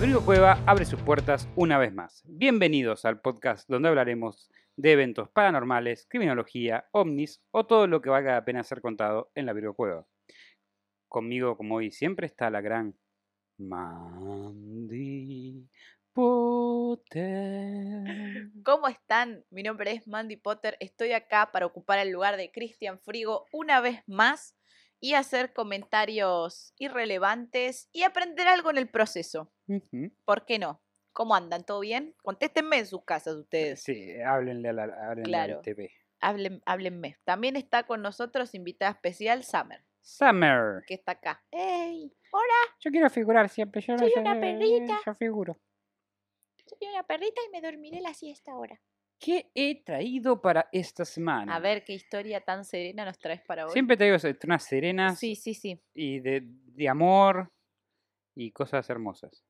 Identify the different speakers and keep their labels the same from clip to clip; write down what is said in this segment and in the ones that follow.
Speaker 1: Código Cueva abre sus puertas una vez más. Bienvenidos al podcast donde hablaremos de eventos paranormales, criminología, ovnis o todo lo que valga la pena ser contado en la Virgo Cueva. Conmigo, como hoy siempre, está la gran Mandy Potter.
Speaker 2: ¿Cómo están? Mi nombre es Mandy Potter. Estoy acá para ocupar el lugar de Cristian Frigo una vez más y hacer comentarios irrelevantes y aprender algo en el proceso.
Speaker 1: Ujú.
Speaker 2: ¿Por qué no? ¿Cómo andan? ¿Todo bien? Contéstenme en sus casas ustedes.
Speaker 1: Sí, háblenle a la, háblenle
Speaker 2: Claro.
Speaker 1: al TV.
Speaker 2: Hablen- háblenme. También está con nosotros invitada especial Summer,
Speaker 1: Summer.
Speaker 2: que está acá. ¡Ey! ¡Hola!
Speaker 1: Yo quiero figurar siempre. Yo no-
Speaker 2: Soy
Speaker 1: yo-
Speaker 2: una
Speaker 1: yo-
Speaker 2: perrita.
Speaker 1: Yo figuro.
Speaker 2: Soy una perrita y me dormiré la siesta ahora.
Speaker 1: ¿Qué he traído para esta semana?
Speaker 2: A ver qué historia tan serena nos traes para hoy.
Speaker 1: Siempre traigo se- este, unas serenas
Speaker 2: Sí, sí, sí.
Speaker 1: y de, de amor y cosas hermosas.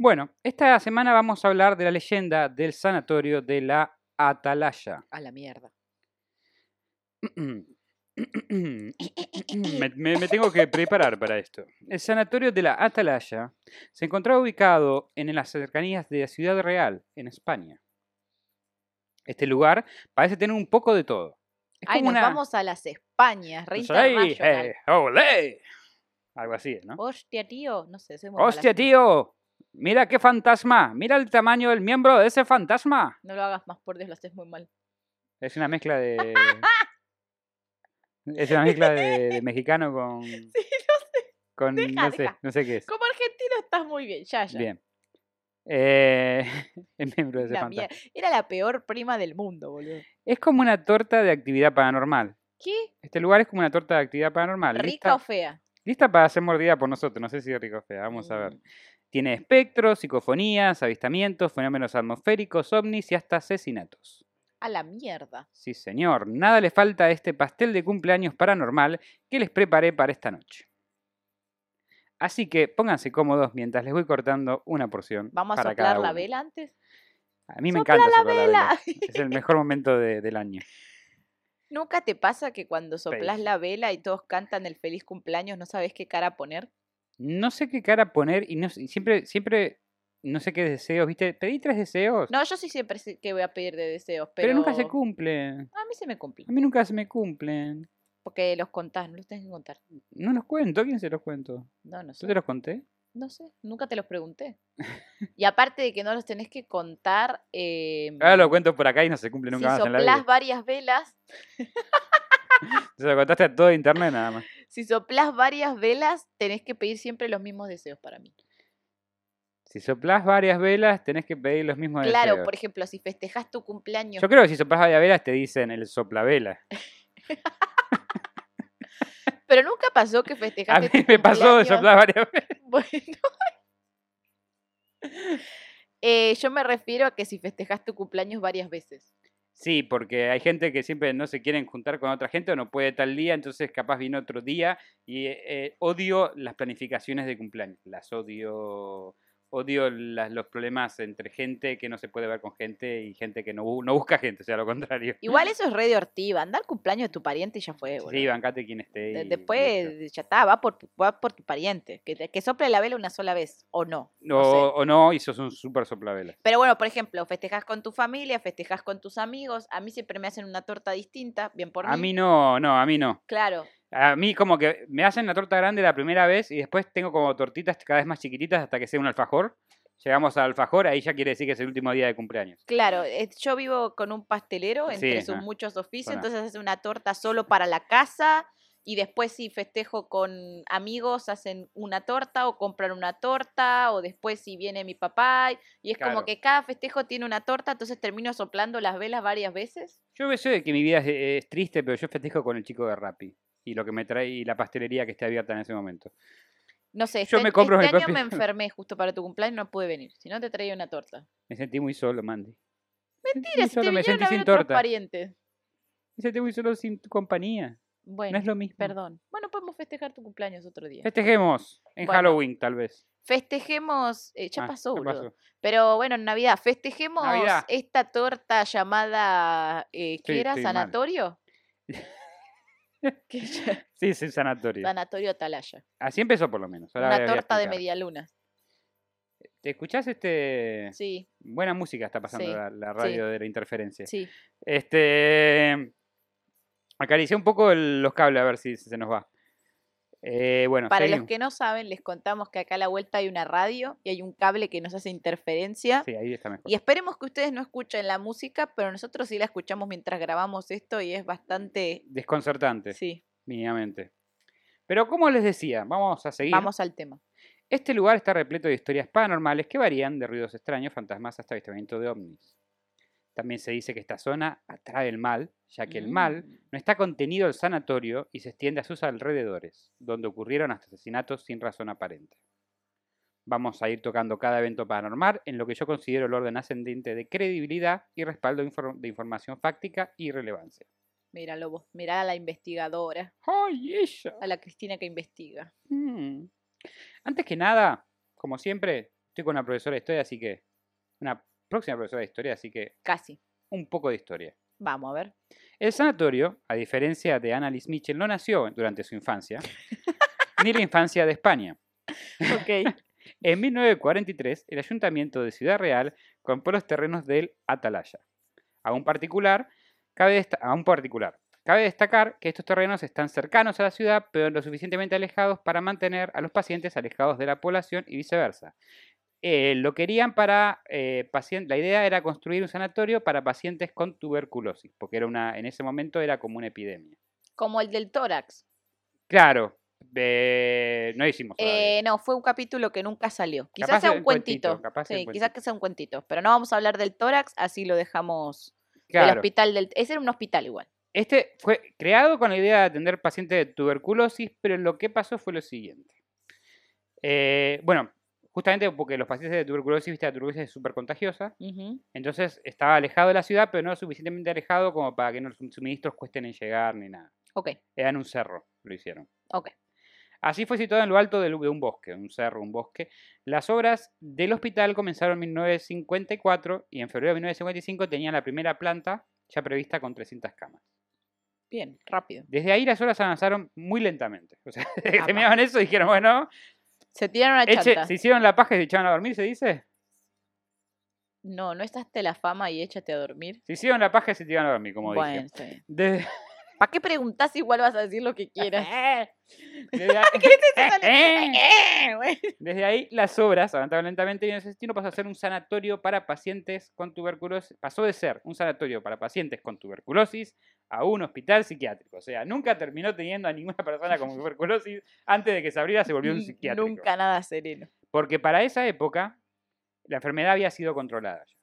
Speaker 1: Bueno, esta semana vamos a hablar de la leyenda del sanatorio de la Atalaya.
Speaker 2: A la mierda.
Speaker 1: me, me- me tengo que preparar para esto. El sanatorio de la Atalaya se encontraba ubicado en las cercanías de la Ciudad Real, en España. Este lugar parece tener un poco de todo. Es
Speaker 2: Ay,
Speaker 1: como
Speaker 2: nos
Speaker 1: una-
Speaker 2: vamos a las Españas, re
Speaker 1: Pues ahí,
Speaker 2: internacional.
Speaker 1: eh, ¡olé! Algo así, es, ¿no?
Speaker 2: Hostia, tío. No sé, soy muy mala
Speaker 1: ¡Hostia,
Speaker 2: haciendo-
Speaker 1: tío! Mira qué fantasma. Mira el tamaño del miembro de ese fantasma.
Speaker 2: No lo hagas más, por Dios, lo haces muy mal.
Speaker 1: Es una mezcla de... es una mezcla de, de mexicano con... Con,
Speaker 2: Deja,
Speaker 1: no, sé,
Speaker 2: deja.
Speaker 1: no sé qué es.
Speaker 2: Como argentino estás muy bien, ya, ya.
Speaker 1: Bien. Eh, el miembro de ese
Speaker 2: La
Speaker 1: fantasma.
Speaker 2: mier- Era la peor prima del mundo, boludo.
Speaker 1: Es como una torta de actividad paranormal.
Speaker 2: ¿Qué?
Speaker 1: Este lugar es como una torta de actividad paranormal.
Speaker 2: ¿Rica
Speaker 1: Lista,
Speaker 2: o fea?
Speaker 1: lista para ser mordida por nosotros. No sé si es rico o fea. Vamos a ver.
Speaker 2: Mm.
Speaker 1: Tiene espectros, psicofonías, avistamientos, fenómenos atmosféricos, ovnis y hasta asesinatos.
Speaker 2: A la mierda.
Speaker 1: Sí, señor, nada le falta a este pastel de cumpleaños paranormal que les preparé para esta noche. Así que pónganse cómodos mientras les voy cortando una porción.
Speaker 2: ¿Vamos a
Speaker 1: para cada
Speaker 2: soplar la
Speaker 1: uno.
Speaker 2: vela antes?
Speaker 1: A mí me
Speaker 2: ¡Sopla
Speaker 1: encanta
Speaker 2: la
Speaker 1: soplar la vela.
Speaker 2: vela!
Speaker 1: Es el mejor momento de- del año.
Speaker 2: ¿Nunca te pasa que cuando soplas
Speaker 1: Feliz.
Speaker 2: la vela y todos cantan el feliz cumpleaños no sabes qué cara poner?
Speaker 1: No sé qué cara poner y, no, sé- siempre, siempre no sé qué deseos, ¿viste? Pedí tres deseos,
Speaker 2: No, yo sí siempre sé que voy a pedir de deseos, pero...
Speaker 1: pero nunca se cumplen.
Speaker 2: A mí se me cumple.
Speaker 1: A mí nunca se me cumplen.
Speaker 2: Porque los contás, no los tenés que contar.
Speaker 1: No los cuento, ¿a ¿quién se los cuento?
Speaker 2: No, no
Speaker 1: ¿Yo
Speaker 2: sé.
Speaker 1: te los conté?
Speaker 2: No sé, nunca te los pregunté. Y aparte de que no los tenés que contar, eh,
Speaker 1: Ahora lo cuento por acá y no se cumple
Speaker 2: si
Speaker 1: nunca más en la vida.
Speaker 2: soplás varias velas,
Speaker 1: Se lo contaste a todo internet nada más.
Speaker 2: si soplás varias velas, tenés que pedir siempre los mismos deseos para mí.
Speaker 1: Si soplás varias velas, tenés que pedir los mismos
Speaker 2: claro,
Speaker 1: deseos.
Speaker 2: por ejemplo, si festejas tu cumpleaños,
Speaker 1: Yo creo que si soplás varias velas te dicen el soplavela.
Speaker 2: pero nunca pasó que
Speaker 1: A
Speaker 2: festejaste
Speaker 1: mí
Speaker 2: tu
Speaker 1: me pasó de
Speaker 2: cumpleaños.
Speaker 1: soplar varias velas.
Speaker 2: Bueno. Eh, yo me refiero a que si festejas tu cumpleaños varias veces.
Speaker 1: Sí, porque hay gente que siempre no se quieren juntar con otra gente o no puede tal día, entonces capaz vino otro día y eh, eh, odio las planificaciones de cumpleaños. Las odio. Odio las- los problemas entre gente que no se puede ver con gente y gente que no, bu- no busca gente, o sea, lo contrario.
Speaker 2: Igual eso es re de ortiva. Andar al cumpleaños de tu pariente y ya fue, boludo.
Speaker 1: Sí, bancate quien esté.
Speaker 2: De-
Speaker 1: y listo.
Speaker 2: Después ya está, va por, tu- va por tu pariente. Que, te- que sople la vela una sola vez, o no.
Speaker 1: o,
Speaker 2: no sé.
Speaker 1: o no, y sos un súper soplavela.
Speaker 2: Pero bueno, por ejemplo, festejas con tu familia, festejas con tus amigos. A mí siempre me hacen una torta distinta, bien por
Speaker 1: A mí no, no, a mí no.
Speaker 2: Claro,
Speaker 1: A mí como que me hacen la torta grande la primera vez y después tengo como tortitas cada vez más chiquititas hasta que sea un alfajor. Llegamos al alfajor, ahí ya quiere decir que es el último día de cumpleaños.
Speaker 2: claro. eh, Yo vivo con un pastelero
Speaker 1: Sí,
Speaker 2: entre sus
Speaker 1: no.
Speaker 2: muchos oficios,
Speaker 1: Bueno.
Speaker 2: entonces hace una torta solo para la casa. Y después si festejo con amigos, hacen una torta o compran una torta, o después si viene mi papá, y- y es
Speaker 1: Claro.
Speaker 2: como que cada festejo tiene una torta, entonces termino soplando las velas varias veces.
Speaker 1: Yo sé de que mi vida es, es triste, pero yo festejo con el chico de Rappi y lo que me trae y la pastelería que esté abierta en ese momento.
Speaker 2: No sé,
Speaker 1: Yo
Speaker 2: este,
Speaker 1: me compro
Speaker 2: este
Speaker 1: mi
Speaker 2: año
Speaker 1: propio-
Speaker 2: me enfermé justo para tu cumpleaños, no pude venir. Si no, te traía una torta.
Speaker 1: Me sentí muy solo, Mandy. Me
Speaker 2: Mira,
Speaker 1: sentí muy
Speaker 2: si te
Speaker 1: solo, me
Speaker 2: vinieron
Speaker 1: sentí
Speaker 2: a ver
Speaker 1: sin
Speaker 2: otros
Speaker 1: torta.
Speaker 2: parientes.
Speaker 1: Me sentí muy solo sin tu compañía.
Speaker 2: Bueno,
Speaker 1: No es lo mismo.
Speaker 2: perdón. Bueno, podemos festejar tu cumpleaños otro día.
Speaker 1: Festejemos en
Speaker 2: Bueno.
Speaker 1: Halloween, tal vez.
Speaker 2: Festejemos, eh, ya
Speaker 1: Ah,
Speaker 2: pasó,
Speaker 1: ya
Speaker 2: boludo. Pero bueno, en Navidad, festejemos
Speaker 1: Navidad.
Speaker 2: esta torta llamada, eh, ¿qué
Speaker 1: Sí,
Speaker 2: era?
Speaker 1: estoy mal.
Speaker 2: ¿Sanatorio? ¿Qué era?
Speaker 1: Sí, sí, sanatorio.
Speaker 2: Sanatorio Atalaya.
Speaker 1: Así empezó por lo menos. Ahora
Speaker 2: Una
Speaker 1: voy a
Speaker 2: torta de
Speaker 1: explicar.
Speaker 2: medialunas.
Speaker 1: ¿Te escuchás este?
Speaker 2: Sí,
Speaker 1: Buena música está pasando
Speaker 2: Sí,
Speaker 1: la, la radio de la interferencia.
Speaker 2: sí.
Speaker 1: Este. Acaricié un poco el- los cables a ver si, si se nos va. Eh, bueno,
Speaker 2: Para los
Speaker 1: seguimos.
Speaker 2: que no saben, les contamos que acá a la vuelta hay una radio y hay un cable que nos hace interferencia.
Speaker 1: Sí, ahí está mejor.
Speaker 2: Y esperemos que ustedes no escuchen la música, pero nosotros sí la escuchamos mientras grabamos esto y es bastante...
Speaker 1: Desconcertante,
Speaker 2: Sí,
Speaker 1: mínimamente. Pero como les decía, vamos a seguir.
Speaker 2: vamos al tema.
Speaker 1: Este lugar está repleto de historias paranormales que varían de ruidos extraños, fantasmas hasta avistamiento de ovnis. También se dice que esta zona atrae el mal, ya que el mal
Speaker 2: Mm.
Speaker 1: no está contenido el sanatorio y se extiende a sus alrededores, donde ocurrieron hasta asesinatos sin razón aparente. Vamos a ir tocando cada evento paranormal en lo que yo considero el orden ascendente de credibilidad y respaldo infor- de información fáctica y relevancia.
Speaker 2: Míralo vos, mirá a la investigadora,
Speaker 1: ¡Ay, ella!
Speaker 2: a la Cristina que investiga.
Speaker 1: Mm. Antes que nada, como siempre, estoy con una profesora de historia, así que. Una próxima profesora de historia, así que
Speaker 2: Casi.
Speaker 1: un poco de historia.
Speaker 2: Vamos a ver.
Speaker 1: El sanatorio, a diferencia de Annalise Mitchell, no nació durante su infancia, ni la infancia de España.
Speaker 2: Ok.
Speaker 1: En 1943, el ayuntamiento de Ciudad Real compró los terrenos del Atalaya. A un particular, cabe, desta- a un particular. Cabe destacar que estos terrenos están cercanos a la ciudad, pero lo suficientemente alejados para mantener a los pacientes alejados de la población y viceversa. Eh, lo querían para eh, pacien- la idea era construir un sanatorio para pacientes con tuberculosis, porque era una, en ese momento era como una epidemia.
Speaker 2: Como el del tórax.
Speaker 1: Claro, eh, no hicimos. todavía.
Speaker 2: Eh, no, fue un capítulo que nunca salió. Quizás
Speaker 1: Capaz
Speaker 2: sea
Speaker 1: es
Speaker 2: un
Speaker 1: un cuentito,
Speaker 2: cuentito.
Speaker 1: capaz es un
Speaker 2: Sí,
Speaker 1: cuentito.
Speaker 2: quizás que sea un cuentito. Pero no vamos a hablar del tórax, así lo dejamos. El
Speaker 1: Claro.
Speaker 2: hospital del. Ese era un hospital igual.
Speaker 1: Este fue creado con la idea de atender pacientes de tuberculosis, pero lo que pasó fue lo siguiente. Eh, bueno, justamente porque los pacientes de tuberculosis, viste, la tuberculosis es súper contagiosa,
Speaker 2: Ujú.
Speaker 1: entonces estaba alejado de la ciudad, pero no lo suficientemente alejado como para que no los suministros cuesten en llegar ni nada.
Speaker 2: Ok,
Speaker 1: Era en un cerro, lo hicieron.
Speaker 2: ok.
Speaker 1: Así fue situado en lo alto del- de un bosque, un cerro, un bosque. Las obras del hospital comenzaron en 1954 y en febrero de 1955 tenían la primera planta ya prevista con 300 camas.
Speaker 2: Bien, rápido.
Speaker 1: Desde ahí las horas avanzaron muy lentamente. O sea, desde que
Speaker 2: Apa.
Speaker 1: terminaron eso dijeron, bueno,
Speaker 2: Se tiraron una
Speaker 1: eche-
Speaker 2: chanta.
Speaker 1: se hicieron la paja y se echaron a dormir, ¿se dice?
Speaker 2: No, no estaste la fama y échate a dormir.
Speaker 1: Se hicieron la paja y se tiraron a dormir, como
Speaker 2: bueno,
Speaker 1: dije. De-
Speaker 2: ¿Para qué preguntás? Igual vas a decir lo que quieras.
Speaker 1: desde, ahí,
Speaker 2: Eh, güey.
Speaker 1: desde ahí las obras avanzaron lentamente y en ese destino pasó a ser un sanatorio para pacientes con tuberculosis. Pasó de ser un sanatorio para pacientes con tuberculosis a un hospital psiquiátrico. O sea, nunca terminó teniendo a ninguna persona con tuberculosis antes de que se abriera, se volvió un
Speaker 2: N-
Speaker 1: psiquiátrico.
Speaker 2: Nunca nada sereno.
Speaker 1: Porque para esa época la enfermedad había sido controlada. ya.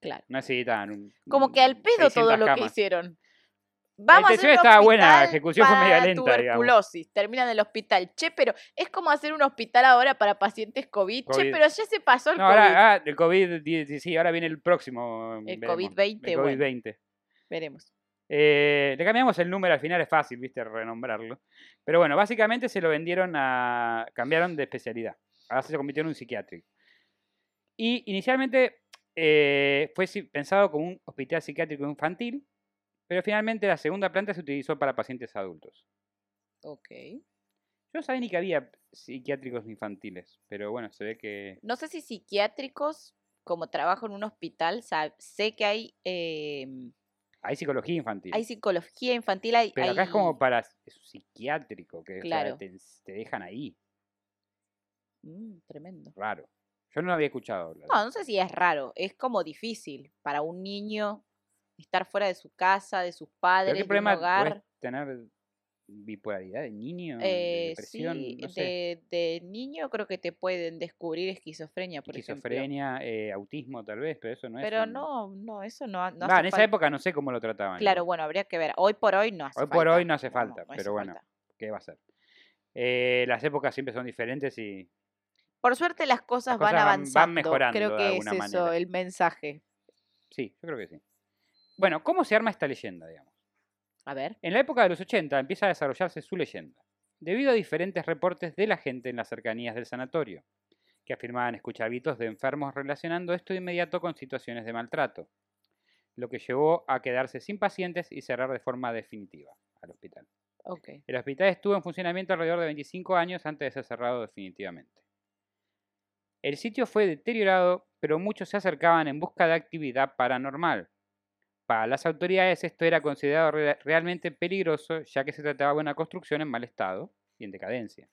Speaker 2: Claro.
Speaker 1: No necesitaban un-
Speaker 2: Como que al pedo todo
Speaker 1: 600
Speaker 2: lo que
Speaker 1: Mm, camas.
Speaker 2: hicieron.
Speaker 1: intención estaba buena, la
Speaker 2: hospital
Speaker 1: ejecución fue media
Speaker 2: para
Speaker 1: lenta, digamos.
Speaker 2: Tuberculosis, termina en el hospital. Che, pero es como hacer un hospital ahora para pacientes COVID. Che,
Speaker 1: COVID.
Speaker 2: pero ya se pasó el
Speaker 1: No,
Speaker 2: COVID.
Speaker 1: ahora ah, el COVID, sí, ahora viene el próximo. mm,
Speaker 2: el
Speaker 1: veremos.
Speaker 2: COVID-20,
Speaker 1: El
Speaker 2: bueno,
Speaker 1: COVID-20.
Speaker 2: veremos.
Speaker 1: Eh, le cambiamos el número al final, es fácil, viste, renombrarlo. Pero bueno, básicamente se lo vendieron a. cambiaron de especialidad. Ahora se lo convirtió en un psiquiátrico. Y inicialmente eh, fue si- pensado como un hospital psiquiátrico infantil, pero finalmente la segunda planta se utilizó para pacientes adultos.
Speaker 2: Ok.
Speaker 1: Yo no sabía ni que había psiquiátricos infantiles, pero bueno, se ve que.
Speaker 2: No sé si psiquiátricos, como trabajo en un hospital, sab- sé que hay, eh,
Speaker 1: Hay psicología infantil.
Speaker 2: hay psicología infantil. Hay,
Speaker 1: Pero acá es como
Speaker 2: hay-
Speaker 1: para es psiquiátrico, que o sea,
Speaker 2: Claro.
Speaker 1: te, ens- te dejan ahí,
Speaker 2: Mm, tremendo.
Speaker 1: raro. Yo no lo había escuchado hablar.
Speaker 2: No, no sé si es raro, es como difícil para un niño estar fuera de su casa, de sus
Speaker 1: ¿Pero
Speaker 2: padres,
Speaker 1: qué
Speaker 2: de un
Speaker 1: problema
Speaker 2: hogar.
Speaker 1: podés tener bipolaridad de niño? de
Speaker 2: Eh,
Speaker 1: depresión,
Speaker 2: sí,
Speaker 1: no sé,
Speaker 2: de, de niño creo que te pueden descubrir esquizofrenia, por ejemplo.
Speaker 1: esquizofrenia, eh, autismo tal vez, pero eso no es.
Speaker 2: Pero
Speaker 1: un-
Speaker 2: no, no, eso no, ha- no
Speaker 1: Va,
Speaker 2: hace
Speaker 1: en esa
Speaker 2: falta.
Speaker 1: época no sé cómo lo trataban.
Speaker 2: Claro,
Speaker 1: igual,
Speaker 2: bueno, habría que ver. Hoy por hoy no hace
Speaker 1: Hoy
Speaker 2: falta.
Speaker 1: por hoy no hace falta,
Speaker 2: no
Speaker 1: pero bueno.
Speaker 2: falta.
Speaker 1: ¿Qué va a ser? Eh, las épocas siempre son diferentes y
Speaker 2: Por suerte las cosas,
Speaker 1: cosas
Speaker 2: van
Speaker 1: van- van
Speaker 2: avanzando.
Speaker 1: mejorando de
Speaker 2: creo que es
Speaker 1: alguna
Speaker 2: eso
Speaker 1: manera.
Speaker 2: el mensaje.
Speaker 1: sí, yo creo que sí. Bueno, ¿cómo se arma esta leyenda, digamos?
Speaker 2: A ver,
Speaker 1: En la época de los 80 empieza a desarrollarse su leyenda, debido a diferentes reportes de la gente en las cercanías del sanatorio, que afirmaban escuchar gritos de enfermos relacionando esto de inmediato con situaciones de maltrato, lo que llevó a quedarse sin pacientes y cerrar de forma definitiva al hospital.
Speaker 2: ok.
Speaker 1: El hospital estuvo en funcionamiento alrededor de 25 años antes de ser cerrado definitivamente. El sitio fue deteriorado, pero muchos se acercaban en busca de actividad paranormal. Para las autoridades esto era considerado re- realmente peligroso, ya que se trataba de una construcción en mal estado y en decadencia.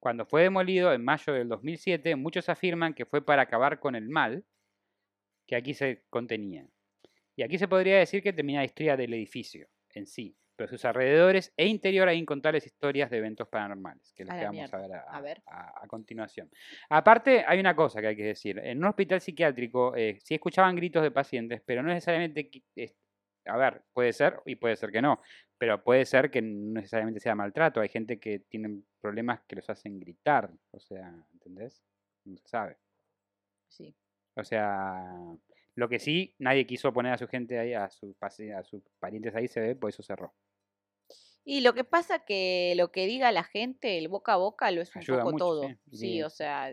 Speaker 1: Cuando fue demolido en mayo del 2007, muchos afirman que fue para acabar con el mal que aquí se contenía. Y aquí se podría decir que termina la historia del edificio en sí, pero sus alrededores e interior hay incontables historias de eventos paranormales, que es lo
Speaker 2: A
Speaker 1: que
Speaker 2: la
Speaker 1: vamos a ver a,
Speaker 2: A ver.
Speaker 1: a- a continuación. Aparte, hay una cosa que hay que decir. En un hospital psiquiátrico eh, sí escuchaban gritos de pacientes, pero no necesariamente... que- es- a ver, puede ser y puede ser que no, pero puede ser que no necesariamente sea maltrato. Hay gente que tiene problemas que los hacen gritar, o sea, ¿entendés? No se sabe.
Speaker 2: Sí.
Speaker 1: O sea, lo que sí, nadie quiso poner a su gente ahí, a, su, paci- a sus parientes ahí, se ve, por eso cerró.
Speaker 2: Y lo que pasa que lo que diga la gente, el boca a boca, lo es un
Speaker 1: Ayuda
Speaker 2: poco
Speaker 1: mucho,
Speaker 2: todo.
Speaker 1: sí,
Speaker 2: Sí,
Speaker 1: sí.
Speaker 2: o sea,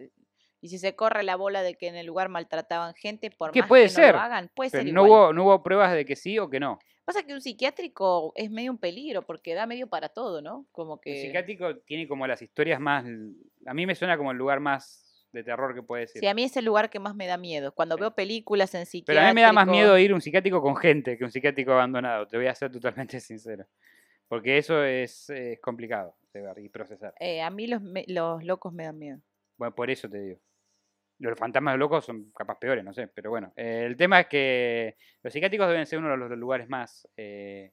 Speaker 2: y si se corre la bola de que en el lugar maltrataban gente, por
Speaker 1: Que
Speaker 2: más
Speaker 1: puede
Speaker 2: que no
Speaker 1: ser,
Speaker 2: lo hagan, puede
Speaker 1: Pero
Speaker 2: ser
Speaker 1: no
Speaker 2: igual.
Speaker 1: hubo, no hubo pruebas de que sí o que no.
Speaker 2: Pasa que un psiquiátrico es medio un peligro porque da medio para todo, ¿no? Como que
Speaker 1: El psiquiátrico tiene como las historias más... A mí me suena como el lugar más de terror que puede ser.
Speaker 2: Sí, a mí es el lugar que más me da miedo. Cuando
Speaker 1: Sí.
Speaker 2: veo películas en
Speaker 1: Pero
Speaker 2: psiquiátrico.
Speaker 1: a mí me da más miedo ir a un psiquiátrico con gente que un psiquiátrico abandonado, te voy a ser totalmente sincero. Porque eso es, es complicado de ver y procesar.
Speaker 2: eh, a mí los, me- los locos me dan miedo.
Speaker 1: Bueno, por eso te digo. Los fantasmas locos son capaz peores, no sé. Pero bueno, eh, el tema es que los psiquiátricos deben ser uno de los los lugares más eh,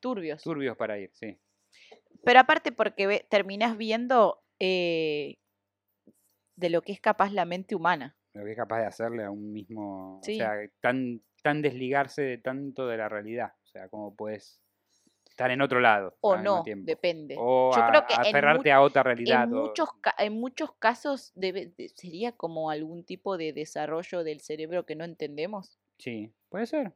Speaker 2: Turbios.
Speaker 1: turbios para ir, sí.
Speaker 2: Pero aparte porque ve- terminás viendo eh, de lo que es capaz la mente humana.
Speaker 1: Lo que es capaz de hacerle a un mismo. O
Speaker 2: Sí.
Speaker 1: sea, tan, tan desligarse de tanto de la realidad. O sea, como puedes estar en otro lado.
Speaker 2: O
Speaker 1: al mismo
Speaker 2: no,
Speaker 1: tiempo.
Speaker 2: depende.
Speaker 1: O
Speaker 2: Yo
Speaker 1: a-
Speaker 2: creo que en
Speaker 1: aferrarte
Speaker 2: mu-
Speaker 1: a otra
Speaker 2: En
Speaker 1: realidad. o-
Speaker 2: muchos, ca- en muchos casos debe- de- sería como algún tipo de desarrollo del cerebro que no entendemos.
Speaker 1: Sí, puede ser.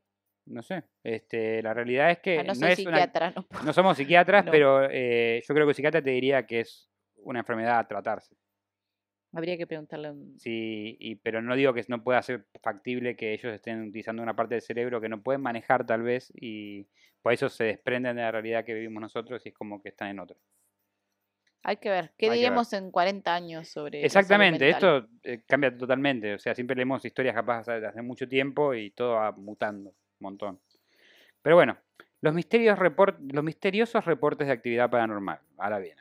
Speaker 1: No sé. Este, la realidad es que
Speaker 2: Ah, no
Speaker 1: no,
Speaker 2: soy
Speaker 1: es una
Speaker 2: psiquiatra, no puedo-
Speaker 1: No somos psiquiatras,
Speaker 2: No.
Speaker 1: pero eh, yo creo que el psiquiatra te diría que es una enfermedad a tratarse.
Speaker 2: habría que preguntarle a un...
Speaker 1: Sí, y, pero no digo que no pueda ser factible que ellos estén utilizando una parte del cerebro que no pueden manejar tal vez y por eso se desprenden de la realidad que vivimos nosotros y es como que están en otra.
Speaker 2: Hay que ver. ¿Qué
Speaker 1: Hay que ver.
Speaker 2: diremos en 40 años sobre la salud
Speaker 1: Exactamente,
Speaker 2: eh, mental?
Speaker 1: esto eh, cambia totalmente. O sea, siempre leemos historias capaz de hace mucho tiempo y todo va mutando un montón. Pero bueno, los, misterios report- los misteriosos reportes de actividad paranormal. Ahora bien.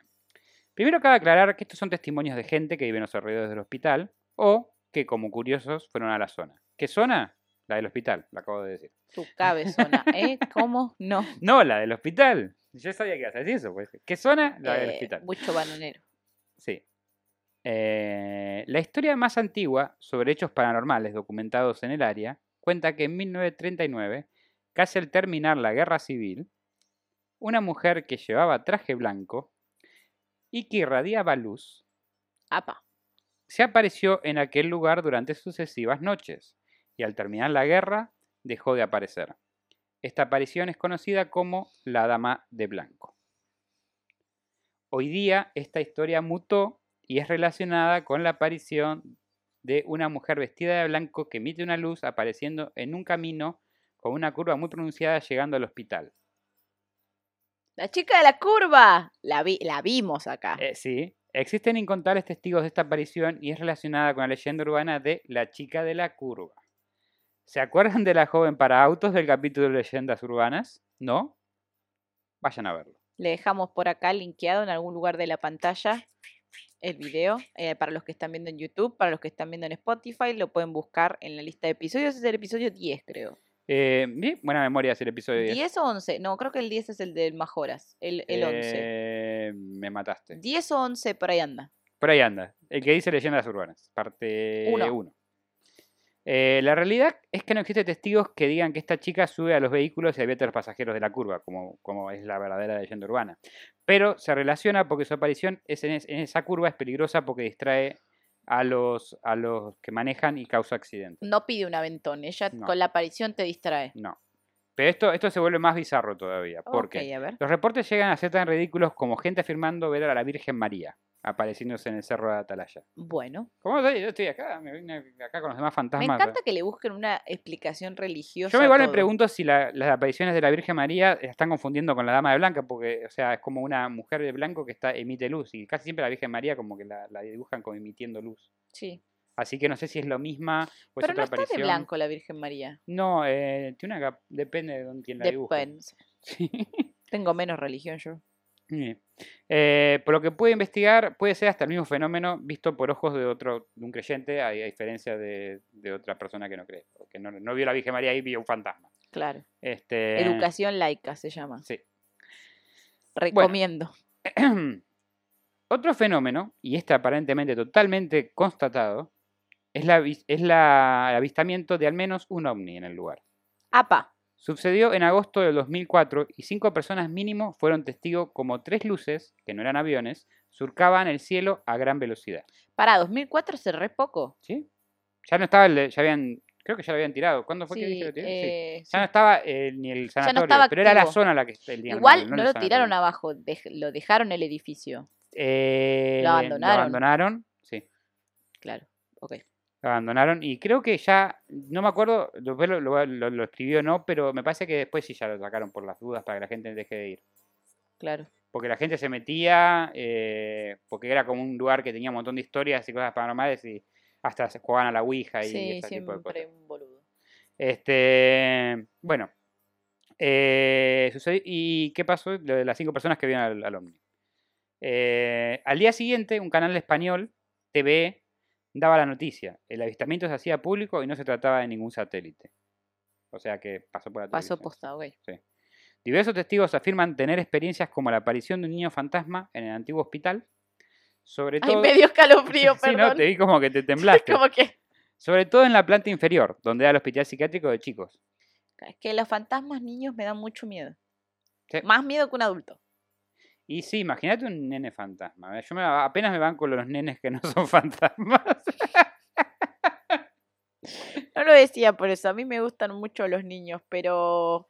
Speaker 1: Primero cabe aclarar que estos son testimonios de gente que vive en los alrededores del hospital o que como curiosos fueron a la zona. ¿Qué zona? La del hospital, lo acabo de decir.
Speaker 2: Tu cabezona, ¿eh? ¿Cómo? No.
Speaker 1: No, la del hospital. Yo sabía que ibas a decir eso. Pues. ¿Qué zona? La del
Speaker 2: Eh,
Speaker 1: hospital.
Speaker 2: Mucho bananero.
Speaker 1: Sí. Eh, la historia más antigua sobre hechos paranormales documentados en el área cuenta que en 1939, casi al terminar la guerra civil, una mujer que llevaba traje blanco y que irradiaba luz
Speaker 2: Apa.
Speaker 1: se apareció en aquel lugar durante sucesivas noches y al terminar la guerra dejó de aparecer. Esta aparición es conocida como la Dama de Blanco. Hoy día esta historia mutó y es relacionada con la aparición de una mujer vestida de blanco que emite una luz apareciendo en un camino con una curva muy pronunciada llegando al hospital.
Speaker 2: La chica de la curva. La, vi, la vimos acá.
Speaker 1: Eh, sí, existen incontables testigos de esta aparición y es relacionada con la leyenda urbana de la chica de la curva. ¿Se acuerdan de la joven para autos del capítulo de leyendas urbanas? ¿No? Vayan a verlo.
Speaker 2: Le dejamos por acá linkeado en algún lugar de la pantalla el video. eh, para los que están viendo en YouTube, para los que están viendo en Spotify, lo pueden buscar en la lista de episodios. Es el episodio 10, creo.
Speaker 1: Eh, bien, buena memoria es el episodio 10.
Speaker 2: ¿10 o 11? No, creo que el 10 es el del Majoras. El, el 11.
Speaker 1: Eh, me mataste.
Speaker 2: 10 o 11, por ahí anda.
Speaker 1: Por ahí anda. El que dice leyendas urbanas, parte
Speaker 2: Uno.
Speaker 1: 1. la realidad es que no existe testigos que digan que esta chica sube a los vehículos y avienta a los pasajeros de la curva, como, como es la verdadera leyenda urbana. Pero se relaciona porque su aparición es en, es- en esa curva es peligrosa porque distrae a los, a los que manejan y causa accidentes.
Speaker 2: No pide un aventón. Ella
Speaker 1: No.
Speaker 2: con la aparición te distrae.
Speaker 1: No. Pero esto, esto se vuelve más bizarro todavía. Porque
Speaker 2: Ok, a ver.
Speaker 1: los reportes llegan a ser tan ridículos como gente afirmando ver a la Virgen María. apareciéndose en el cerro de Atalaya.
Speaker 2: Bueno,
Speaker 1: ¿Cómo estoy? Yo estoy acá, me vine acá con los demás
Speaker 2: me
Speaker 1: fantasmas.
Speaker 2: encanta que le busquen una explicación religiosa.
Speaker 1: ¿eh? Yo me igual
Speaker 2: a
Speaker 1: me
Speaker 2: todo.
Speaker 1: pregunto si la- las apariciones de la Virgen María la están confundiendo con la Dama de Blanca, porque, o sea, es como una mujer de blanco que está, emite luz, y casi siempre la Virgen María como que la, la dibujan como emitiendo luz.
Speaker 2: Sí.
Speaker 1: Así que no sé si es lo misma o es
Speaker 2: Pero no
Speaker 1: Pues otra
Speaker 2: está
Speaker 1: aparición.
Speaker 2: de blanco la Virgen María.
Speaker 1: No, eh, tiene una cap- depende de dónde, quién la dibuja.
Speaker 2: Depende. Tengo menos religión yo.
Speaker 1: Bien. Eh, por lo que puede investigar, puede ser hasta el mismo fenómeno visto por ojos de otro, de un creyente, a, a diferencia de, de otra persona que no cree, o que no, no vio a la Virgen María y vio un fantasma.
Speaker 2: Claro.
Speaker 1: Este,
Speaker 2: Educación laica se llama.
Speaker 1: Sí.
Speaker 2: Recomiendo.
Speaker 1: Otro fenómeno, y este aparentemente totalmente constatado, es, la, vis- es la- el avistamiento de al menos un ovni en el lugar.
Speaker 2: Apa.
Speaker 1: Sucedió en agosto del 2004 y cinco personas mínimo fueron testigos como tres luces, que no eran aviones, surcaban el cielo a gran velocidad.
Speaker 2: Para 2004 se re poco.
Speaker 1: ¿Sí? Ya no estaba el de- ya habían, creo que ya lo habían tirado. ¿Cuándo fue que dije
Speaker 2: Sí,
Speaker 1: que lo tiraron? Sí.
Speaker 2: eh,
Speaker 1: Ya no estaba eh, ni el
Speaker 2: no
Speaker 1: sanatorio,
Speaker 2: estaba
Speaker 1: pero era la
Speaker 2: activo.
Speaker 1: zona la que el día
Speaker 2: Igual
Speaker 1: normal,
Speaker 2: no,
Speaker 1: el
Speaker 2: lo
Speaker 1: sanatorio.
Speaker 2: tiraron abajo, dej- lo dejaron el edificio.
Speaker 1: Eh,
Speaker 2: Lo abandonaron.
Speaker 1: abandonaron, sí.
Speaker 2: Claro. Ok.
Speaker 1: Lo abandonaron y creo que ya, no me acuerdo, lo, lo, lo- lo- lo escribió no, pero me parece que después sí ya lo sacaron por las dudas para que la gente deje de ir.
Speaker 2: Claro.
Speaker 1: Porque la gente se metía, eh, porque era como un lugar que tenía un montón de historias y cosas paranormales y hasta se jugaban a la Ouija y
Speaker 2: sí,
Speaker 1: ese tipo de cosas.
Speaker 2: siempre un boludo.
Speaker 1: Este, bueno, eh, sucedió- ¿y qué pasó? Lo de las cinco personas que vieron al, al ovni. Eh, al día siguiente, un canal español, TVE, daba la noticia. El avistamiento se hacía público y no se trataba de ningún satélite. O sea que pasó por la
Speaker 2: Pasó
Speaker 1: televisión.
Speaker 2: posta, ok.
Speaker 1: Diversos testigos afirman tener experiencias como la aparición de un niño fantasma en el antiguo hospital. Sobre
Speaker 2: Ay,
Speaker 1: todo.
Speaker 2: medio escalofrío,
Speaker 1: Sí,
Speaker 2: perdón.
Speaker 1: no, te vi como que te temblaste.
Speaker 2: Como que.
Speaker 1: Sobre todo en la planta inferior, donde era el hospital psiquiátrico de chicos.
Speaker 2: Es que los fantasmas niños me dan mucho miedo.
Speaker 1: Sí.
Speaker 2: Más miedo que un adulto.
Speaker 1: Y sí, imagínate un nene fantasma. Yo me, apenas me van con los nenes que no son fantasmas.
Speaker 2: No lo decía por eso. A mí me gustan mucho los niños, pero.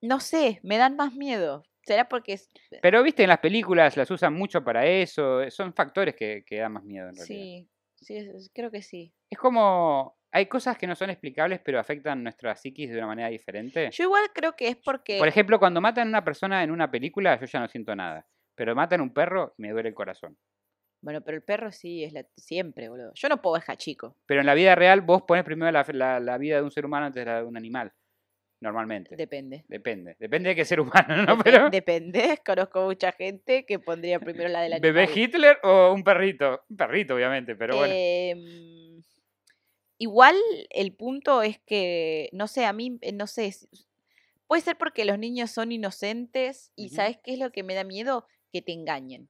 Speaker 2: No sé, me dan más miedo. ¿Será porque es-
Speaker 1: Pero viste, en las películas las usan mucho para eso. eh, Son factores que, que dan más miedo en realidad.
Speaker 2: Sí, sí, es- es- creo que sí.
Speaker 1: Es como. Hay cosas que no son explicables, pero afectan nuestra psiquis de una manera diferente.
Speaker 2: Yo igual creo que es porque.
Speaker 1: Por ejemplo, cuando matan a una persona en una película, yo ya no siento nada. Pero matan a un perro y me duele el corazón.
Speaker 2: Bueno, pero el perro sí es la... siempre, boludo. Yo no puedo dejar chico.
Speaker 1: Pero en la vida real, vos pones primero la, la- la vida de un ser humano antes de la de un animal. Normalmente.
Speaker 2: Depende.
Speaker 1: Depende. Depende de qué ser humano, ¿no?
Speaker 2: Depe-
Speaker 1: Pero...
Speaker 2: Depende. Conozco mucha gente que pondría primero la de la
Speaker 1: ¿Bebé Hitler o un perrito? Un perrito, obviamente, pero bueno.
Speaker 2: Eh, Em, igual el punto es que, no sé, a mí, eh, no sé, s- puede ser porque los niños son inocentes y
Speaker 1: Ujú.
Speaker 2: ¿sabes qué es lo que me da miedo? Que te engañen.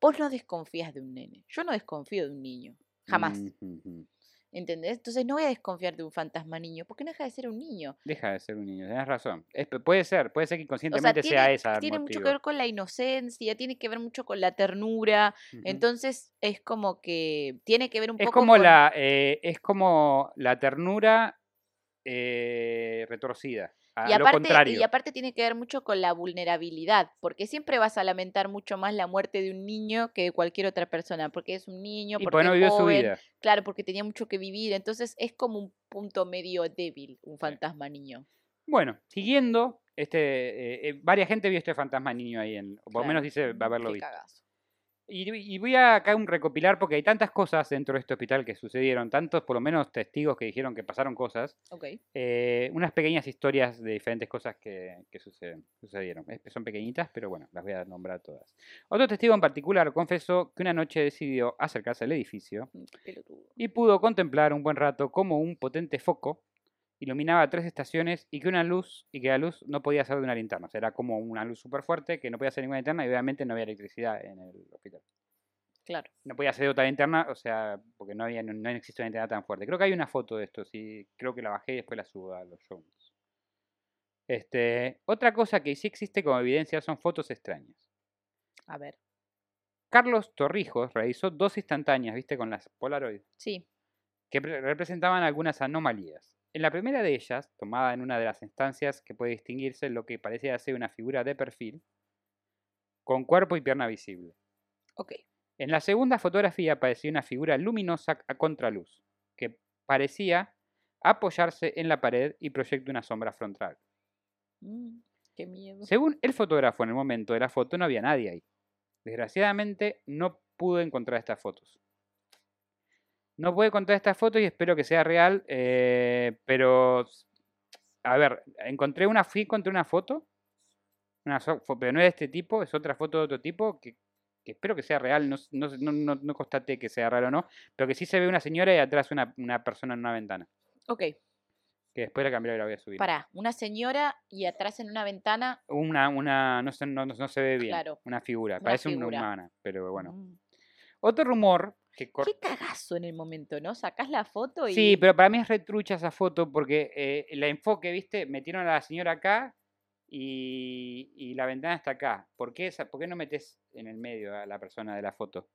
Speaker 2: Vos no desconfías de un nene. Yo no desconfío de un niño. Jamás.
Speaker 1: Mm, mm, mm.
Speaker 2: ¿Entendés? Entonces no voy a desconfiar de un fantasma niño, porque no deja de ser un niño.
Speaker 1: Deja de ser un niño, tenés razón. Es- pe- puede ser, puede ser que
Speaker 2: O sea,
Speaker 1: inconscientemente
Speaker 2: tiene,
Speaker 1: sea esa el
Speaker 2: tiene mucho que
Speaker 1: motivo.
Speaker 2: ver con la inocencia, tiene que ver mucho con la ternura.
Speaker 1: Ujú.
Speaker 2: Entonces es como que tiene que ver un
Speaker 1: es
Speaker 2: poco
Speaker 1: como
Speaker 2: con-
Speaker 1: la eh, es como la ternura eh, retorcida. A
Speaker 2: Y
Speaker 1: lo
Speaker 2: aparte,
Speaker 1: contrario.
Speaker 2: y aparte tiene que ver mucho con la vulnerabilidad, porque siempre vas a lamentar mucho más la muerte de un niño que de cualquier otra persona, porque es un niño,
Speaker 1: Y
Speaker 2: porque
Speaker 1: porque no
Speaker 2: es
Speaker 1: vivió su
Speaker 2: joven,
Speaker 1: vida.
Speaker 2: claro, porque tenía mucho que vivir, entonces es como un punto medio débil, un fantasma niño.
Speaker 1: Bueno, siguiendo, este, eh, eh, varia gente vio este fantasma niño ahí, en, o por lo
Speaker 2: Claro.
Speaker 1: menos dice
Speaker 2: Mm,
Speaker 1: haberlo
Speaker 2: qué
Speaker 1: visto.
Speaker 2: cagazo.
Speaker 1: Y, y voy a acá un recopilar porque hay tantas cosas dentro de este hospital que sucedieron, tantos por lo menos testigos que dijeron que pasaron cosas,
Speaker 2: Ok.
Speaker 1: eh, unas pequeñas historias de diferentes cosas que, que suceden, sucedieron. Es- son pequeñitas, pero bueno, las voy a nombrar todas. Otro testigo en particular confesó que una noche decidió acercarse al edificio
Speaker 2: Mm, pelotudo.
Speaker 1: y pudo contemplar un buen rato cómo un potente foco iluminaba tres estaciones y que una luz y que la luz no podía ser de una linterna, o sea, era como una luz súper fuerte que no podía ser ninguna linterna y obviamente no había electricidad en el hospital
Speaker 2: Claro.
Speaker 1: no podía ser de otra linterna, o sea, porque no había, no, no existe una linterna tan fuerte. Creo que hay una foto de esto, sí, creo que la bajé y después la subo a los shows. Este, otra cosa que sí existe como evidencia son fotos extrañas.
Speaker 2: A ver.
Speaker 1: Carlos Torrijos realizó dos instantáneas, viste, con las Polaroid,
Speaker 2: Sí.
Speaker 1: que pre- representaban algunas anomalías. En la primera de ellas, tomada en una de las instancias que puede distinguirse lo que parecía ser una figura de perfil, con cuerpo y pierna visible.
Speaker 2: Ok.
Speaker 1: En la segunda fotografía aparecía una figura luminosa a contraluz, que parecía apoyarse en la pared y proyecta una sombra frontal.
Speaker 2: Mm, qué miedo.
Speaker 1: Según el fotógrafo, en el momento de la foto no había nadie ahí. Desgraciadamente no pude encontrar estas fotos. No pude encontrar estas fotos y espero que sea real, eh, pero a ver, encontré una, fui encontré una foto, una so- fo- pero no es de este tipo, es otra foto de otro tipo que, que espero que sea real, no, s- no, s- no, no- no constaté que sea real o no, pero que sí se ve una señora y atrás una, una persona en una ventana,
Speaker 2: Ok,
Speaker 1: que después la cambiaré y la voy a subir.
Speaker 2: pará. Una señora y atrás en una ventana.
Speaker 1: Una, una, no, se- no, no- no se ve bien,
Speaker 2: Claro.
Speaker 1: una figura,
Speaker 2: Una
Speaker 1: parece una
Speaker 2: figura.
Speaker 1: humana, pero bueno.
Speaker 2: Mm.
Speaker 1: Otro rumor que cor-
Speaker 2: Qué cagazo en el momento, ¿no? Sacás la foto y.
Speaker 1: Sí, pero para mí es retrucha esa foto porque eh, el enfoque, viste, metieron a la señora acá y, y la ventana está acá. ¿Por qué, esa, ¿Por qué no metes en el medio a la persona de la foto?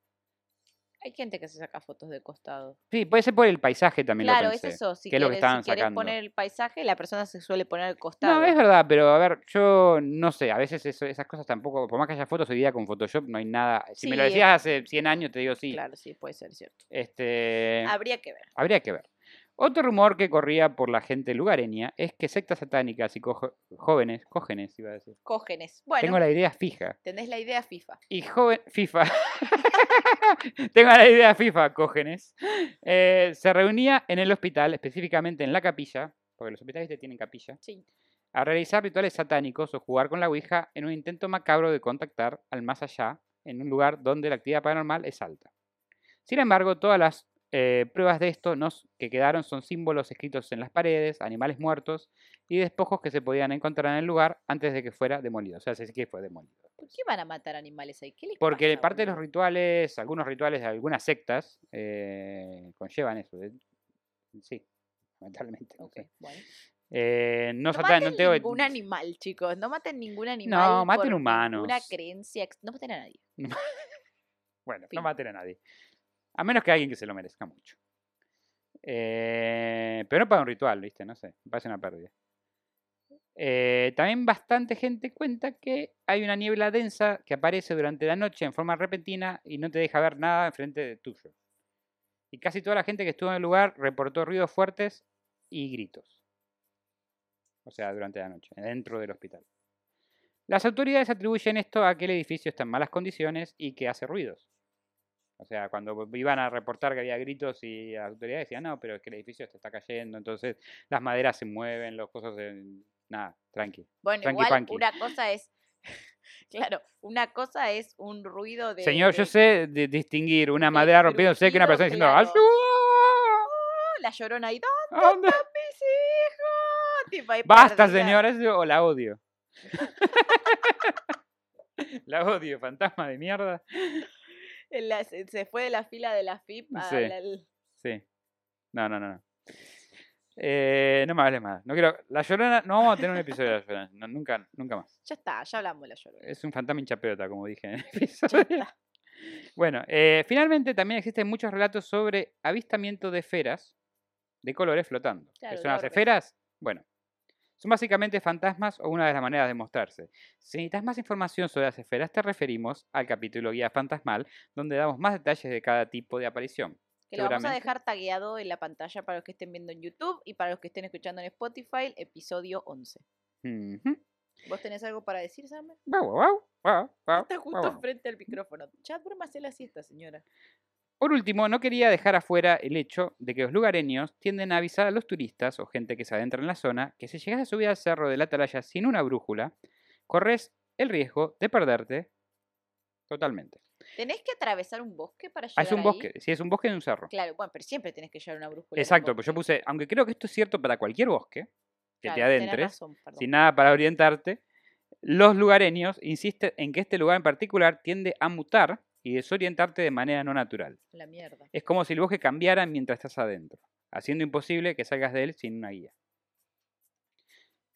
Speaker 2: Hay gente que se saca fotos de costado.
Speaker 1: Sí, puede ser por el paisaje también. lo
Speaker 2: claro, es
Speaker 1: pensé.
Speaker 2: eso. Si
Speaker 1: que es lo que
Speaker 2: quieres,
Speaker 1: estaban
Speaker 2: si querés
Speaker 1: sacando.
Speaker 2: poner el paisaje, la persona se suele poner al costado.
Speaker 1: No, es verdad, pero a ver, yo no sé, a veces eso- esas cosas tampoco, por más que haya fotos hoy día con Photoshop, no hay nada. Si me lo
Speaker 2: Sí, es-
Speaker 1: decías hace 100 años, te digo sí.
Speaker 2: Claro, sí, puede ser cierto.
Speaker 1: Este,
Speaker 2: Habría que ver.
Speaker 1: Habría que ver. Otro rumor que corría por la gente lugareña es que sectas satánicas y cojo- jóvenes, cógenes iba a decir,
Speaker 2: Cógenes. Bueno,
Speaker 1: Tengo la idea fija.
Speaker 2: tenés la idea FIFA.
Speaker 1: Y joven. FIFA. Tengo la idea FIFA, cógenes. Eh, se reunía en el hospital, específicamente en la capilla, porque los hospitales ¿viste? tienen capilla,
Speaker 2: Sí.
Speaker 1: a realizar rituales satánicos o jugar con la Ouija en un intento macabro de contactar al más allá en un lugar donde la actividad paranormal es alta. Sin embargo, todas las eh, pruebas de esto nos, que quedaron son símbolos escritos en las paredes, animales muertos y despojos que se podían encontrar en el lugar antes de que fuera demolido. O sea, sí que fue demolido.
Speaker 2: ¿Por qué van a matar animales ahí? ¿Qué les
Speaker 1: Porque
Speaker 2: pasa,
Speaker 1: parte de los
Speaker 2: boludo?
Speaker 1: rituales, algunos rituales de algunas sectas eh, conllevan eso. de- Sí, lamentablemente. no sé.
Speaker 2: Ok, bueno.
Speaker 1: Eh, no,
Speaker 2: No,
Speaker 1: satan-
Speaker 2: maten
Speaker 1: no tengo-
Speaker 2: ningún animal, chicos. No maten ningún animal.
Speaker 1: No, maten
Speaker 2: por Una
Speaker 1: humanos.
Speaker 2: creencia. ex- No maten a nadie.
Speaker 1: Bueno, no
Speaker 2: Fin.
Speaker 1: maten a nadie. A menos que alguien que se lo merezca mucho. Eh, pero no para un ritual, ¿viste? No sé, me parece una pérdida. Eh, también bastante gente cuenta que hay una niebla densa que aparece durante la noche en forma repentina y no te deja ver nada enfrente de tuyo. Y casi toda la gente que estuvo en el lugar reportó ruidos fuertes y gritos. O sea, durante la noche, dentro del hospital. Las autoridades atribuyen esto a que el edificio está en malas condiciones y que hace ruidos. O sea, cuando iban a reportar que había gritos y las autoridades decían, no, pero es que el edificio se está cayendo, entonces las maderas se mueven, los cosas se... Nada, tranqui.
Speaker 2: Bueno,
Speaker 1: Tranqui,
Speaker 2: igual
Speaker 1: panqui.
Speaker 2: una cosa es. claro, una cosa es un ruido de.
Speaker 1: Señor, yo
Speaker 2: de-
Speaker 1: sé di- distinguir una
Speaker 2: del
Speaker 1: madera rompiendo, sé que una
Speaker 2: crujido,
Speaker 1: persona diciendo,
Speaker 2: claro.
Speaker 1: ¡ayuda!
Speaker 2: ¡Oh! La llorona ahí. ¡No,
Speaker 1: ¿Dónde
Speaker 2: mis hijos! Tipo, ahí
Speaker 1: Basta,
Speaker 2: perdida.
Speaker 1: señora, eso- o la odio. la odio, fantasma de mierda.
Speaker 2: En la- se se fue de la fila de la FIP a
Speaker 1: Sí.
Speaker 2: la- al-
Speaker 1: Sí. No, no, no. No, Eh, no me hables más. No quiero. La llorona, no vamos a tener un episodio de la llorona. no, nunca, nunca más.
Speaker 2: Ya está, ya hablamos de la llorona.
Speaker 1: Es un fantasma hinchapelota, como dije en el episodio. Bueno, eh, finalmente también existen muchos relatos sobre avistamiento de esferas de colores flotando. ¿Qué
Speaker 2: Claro,
Speaker 1: son las
Speaker 2: de orbes.
Speaker 1: esferas? Bueno, son básicamente fantasmas o una de las maneras de mostrarse. Si necesitas más información sobre las esferas, te referimos al capítulo Guía Fantasmal, donde damos más detalles de cada tipo de aparición.
Speaker 2: Que lo vamos a
Speaker 1: seguramente.
Speaker 2: dejar tagueado en la pantalla para los que estén viendo en YouTube y para los que estén escuchando en Spotify, episodio 11.
Speaker 1: Ujú.
Speaker 2: ¿Vos tenés algo para decir, Samuel?
Speaker 1: Guau, guau, guau, guau, guau,
Speaker 2: Está
Speaker 1: guau,
Speaker 2: justo
Speaker 1: guau.
Speaker 2: frente al micrófono. Ya hacer la siesta, señora.
Speaker 1: Por último, no quería dejar afuera el hecho de que los lugareños tienden a avisar a los turistas o gente que se adentra en la zona que si llegas a subir al cerro de la atalaya sin una brújula, corres el riesgo de perderte totalmente.
Speaker 2: ¿Tenés que atravesar un bosque para
Speaker 1: Ah,
Speaker 2: llegar
Speaker 1: es un
Speaker 2: ahí?
Speaker 1: bosque, si es un bosque, es un cerro.
Speaker 2: Claro, bueno, pero siempre tenés que llevar una brújula. en el
Speaker 1: Exacto, pues yo
Speaker 2: bosque.
Speaker 1: puse, aunque creo que esto es cierto para cualquier bosque, que te
Speaker 2: Claro, tenés
Speaker 1: adentres,
Speaker 2: razón, perdón.
Speaker 1: sin nada para orientarte, los lugareños insisten en que este lugar en particular tiende a mutar y desorientarte de manera no natural.
Speaker 2: La mierda.
Speaker 1: Es como si el bosque cambiara mientras estás adentro, haciendo imposible que salgas de él sin una guía.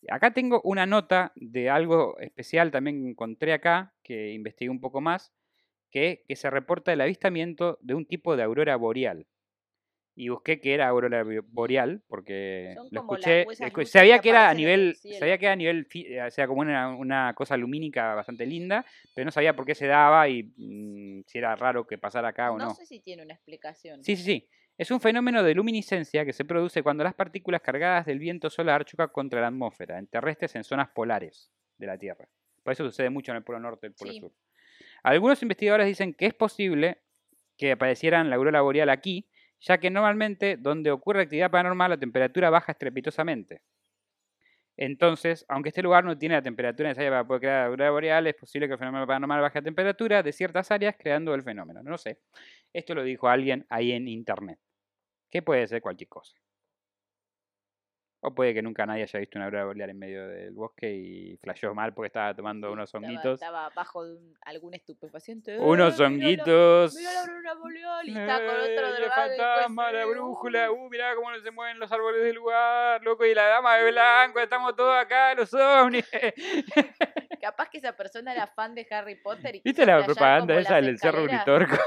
Speaker 1: Acá tengo una nota de algo especial también que encontré acá, que investigué un poco más, que, que se reporta el avistamiento de un tipo de aurora boreal. y busqué que era aurora bo- boreal porque
Speaker 2: Son
Speaker 1: lo
Speaker 2: como las-
Speaker 1: escuché,
Speaker 2: esas
Speaker 1: escu-
Speaker 2: luces
Speaker 1: sabía
Speaker 2: que
Speaker 1: que era a
Speaker 2: aparecen en el
Speaker 1: nivel
Speaker 2: cielo.
Speaker 1: sabía que era a nivel fi- o sea como una, una cosa lumínica bastante linda pero no sabía por qué se daba y mm, si era raro que pasara acá ah, o no,
Speaker 2: sé si tiene una explicación.
Speaker 1: sí sí sí es un fenómeno de luminiscencia que se produce cuando las partículas cargadas del viento solar chocan contra la atmósfera en terrestres en zonas polares de la Tierra por eso sucede mucho en el polo norte y el polo
Speaker 2: Sí.
Speaker 1: sur algunos investigadores dicen que es posible que aparecieran la aurora boreal aquí, ya que normalmente donde ocurre actividad paranormal la temperatura baja estrepitosamente. Entonces, aunque este lugar no tiene la temperatura necesaria para poder crear la aurora boreal, es posible que el fenómeno paranormal baje la temperatura de ciertas áreas creando el fenómeno. No sé. Esto lo dijo alguien ahí en internet. Que puede ser cualquier cosa. O puede que nunca nadie haya visto una aurora boreal en medio del bosque y flasheó mal porque estaba tomando
Speaker 2: Sí,
Speaker 1: unos
Speaker 2: estaba-
Speaker 1: honguitos.
Speaker 2: Estaba, bajo de un- algún estupefaciente.
Speaker 1: Unos
Speaker 2: "Eh, mirá la-
Speaker 1: honguitos.
Speaker 2: Mirá la aurora boreal", y está con
Speaker 1: Eh,
Speaker 2: otro
Speaker 1: el
Speaker 2: drogado. y fue
Speaker 1: fantasma,
Speaker 2: así,
Speaker 1: la
Speaker 2: "Uh".
Speaker 1: brújula, uh, mirá cómo se mueven los árboles del lugar, loco, y la dama de blanco, estamos todos acá, los ovnis.
Speaker 2: Capaz que esa persona era fan de Harry Potter. Y
Speaker 1: ¿Viste
Speaker 2: quiso
Speaker 1: la
Speaker 2: flashear
Speaker 1: propaganda
Speaker 2: como
Speaker 1: esa
Speaker 2: las
Speaker 1: del Cerro
Speaker 2: escaleras?
Speaker 1: Uritorco?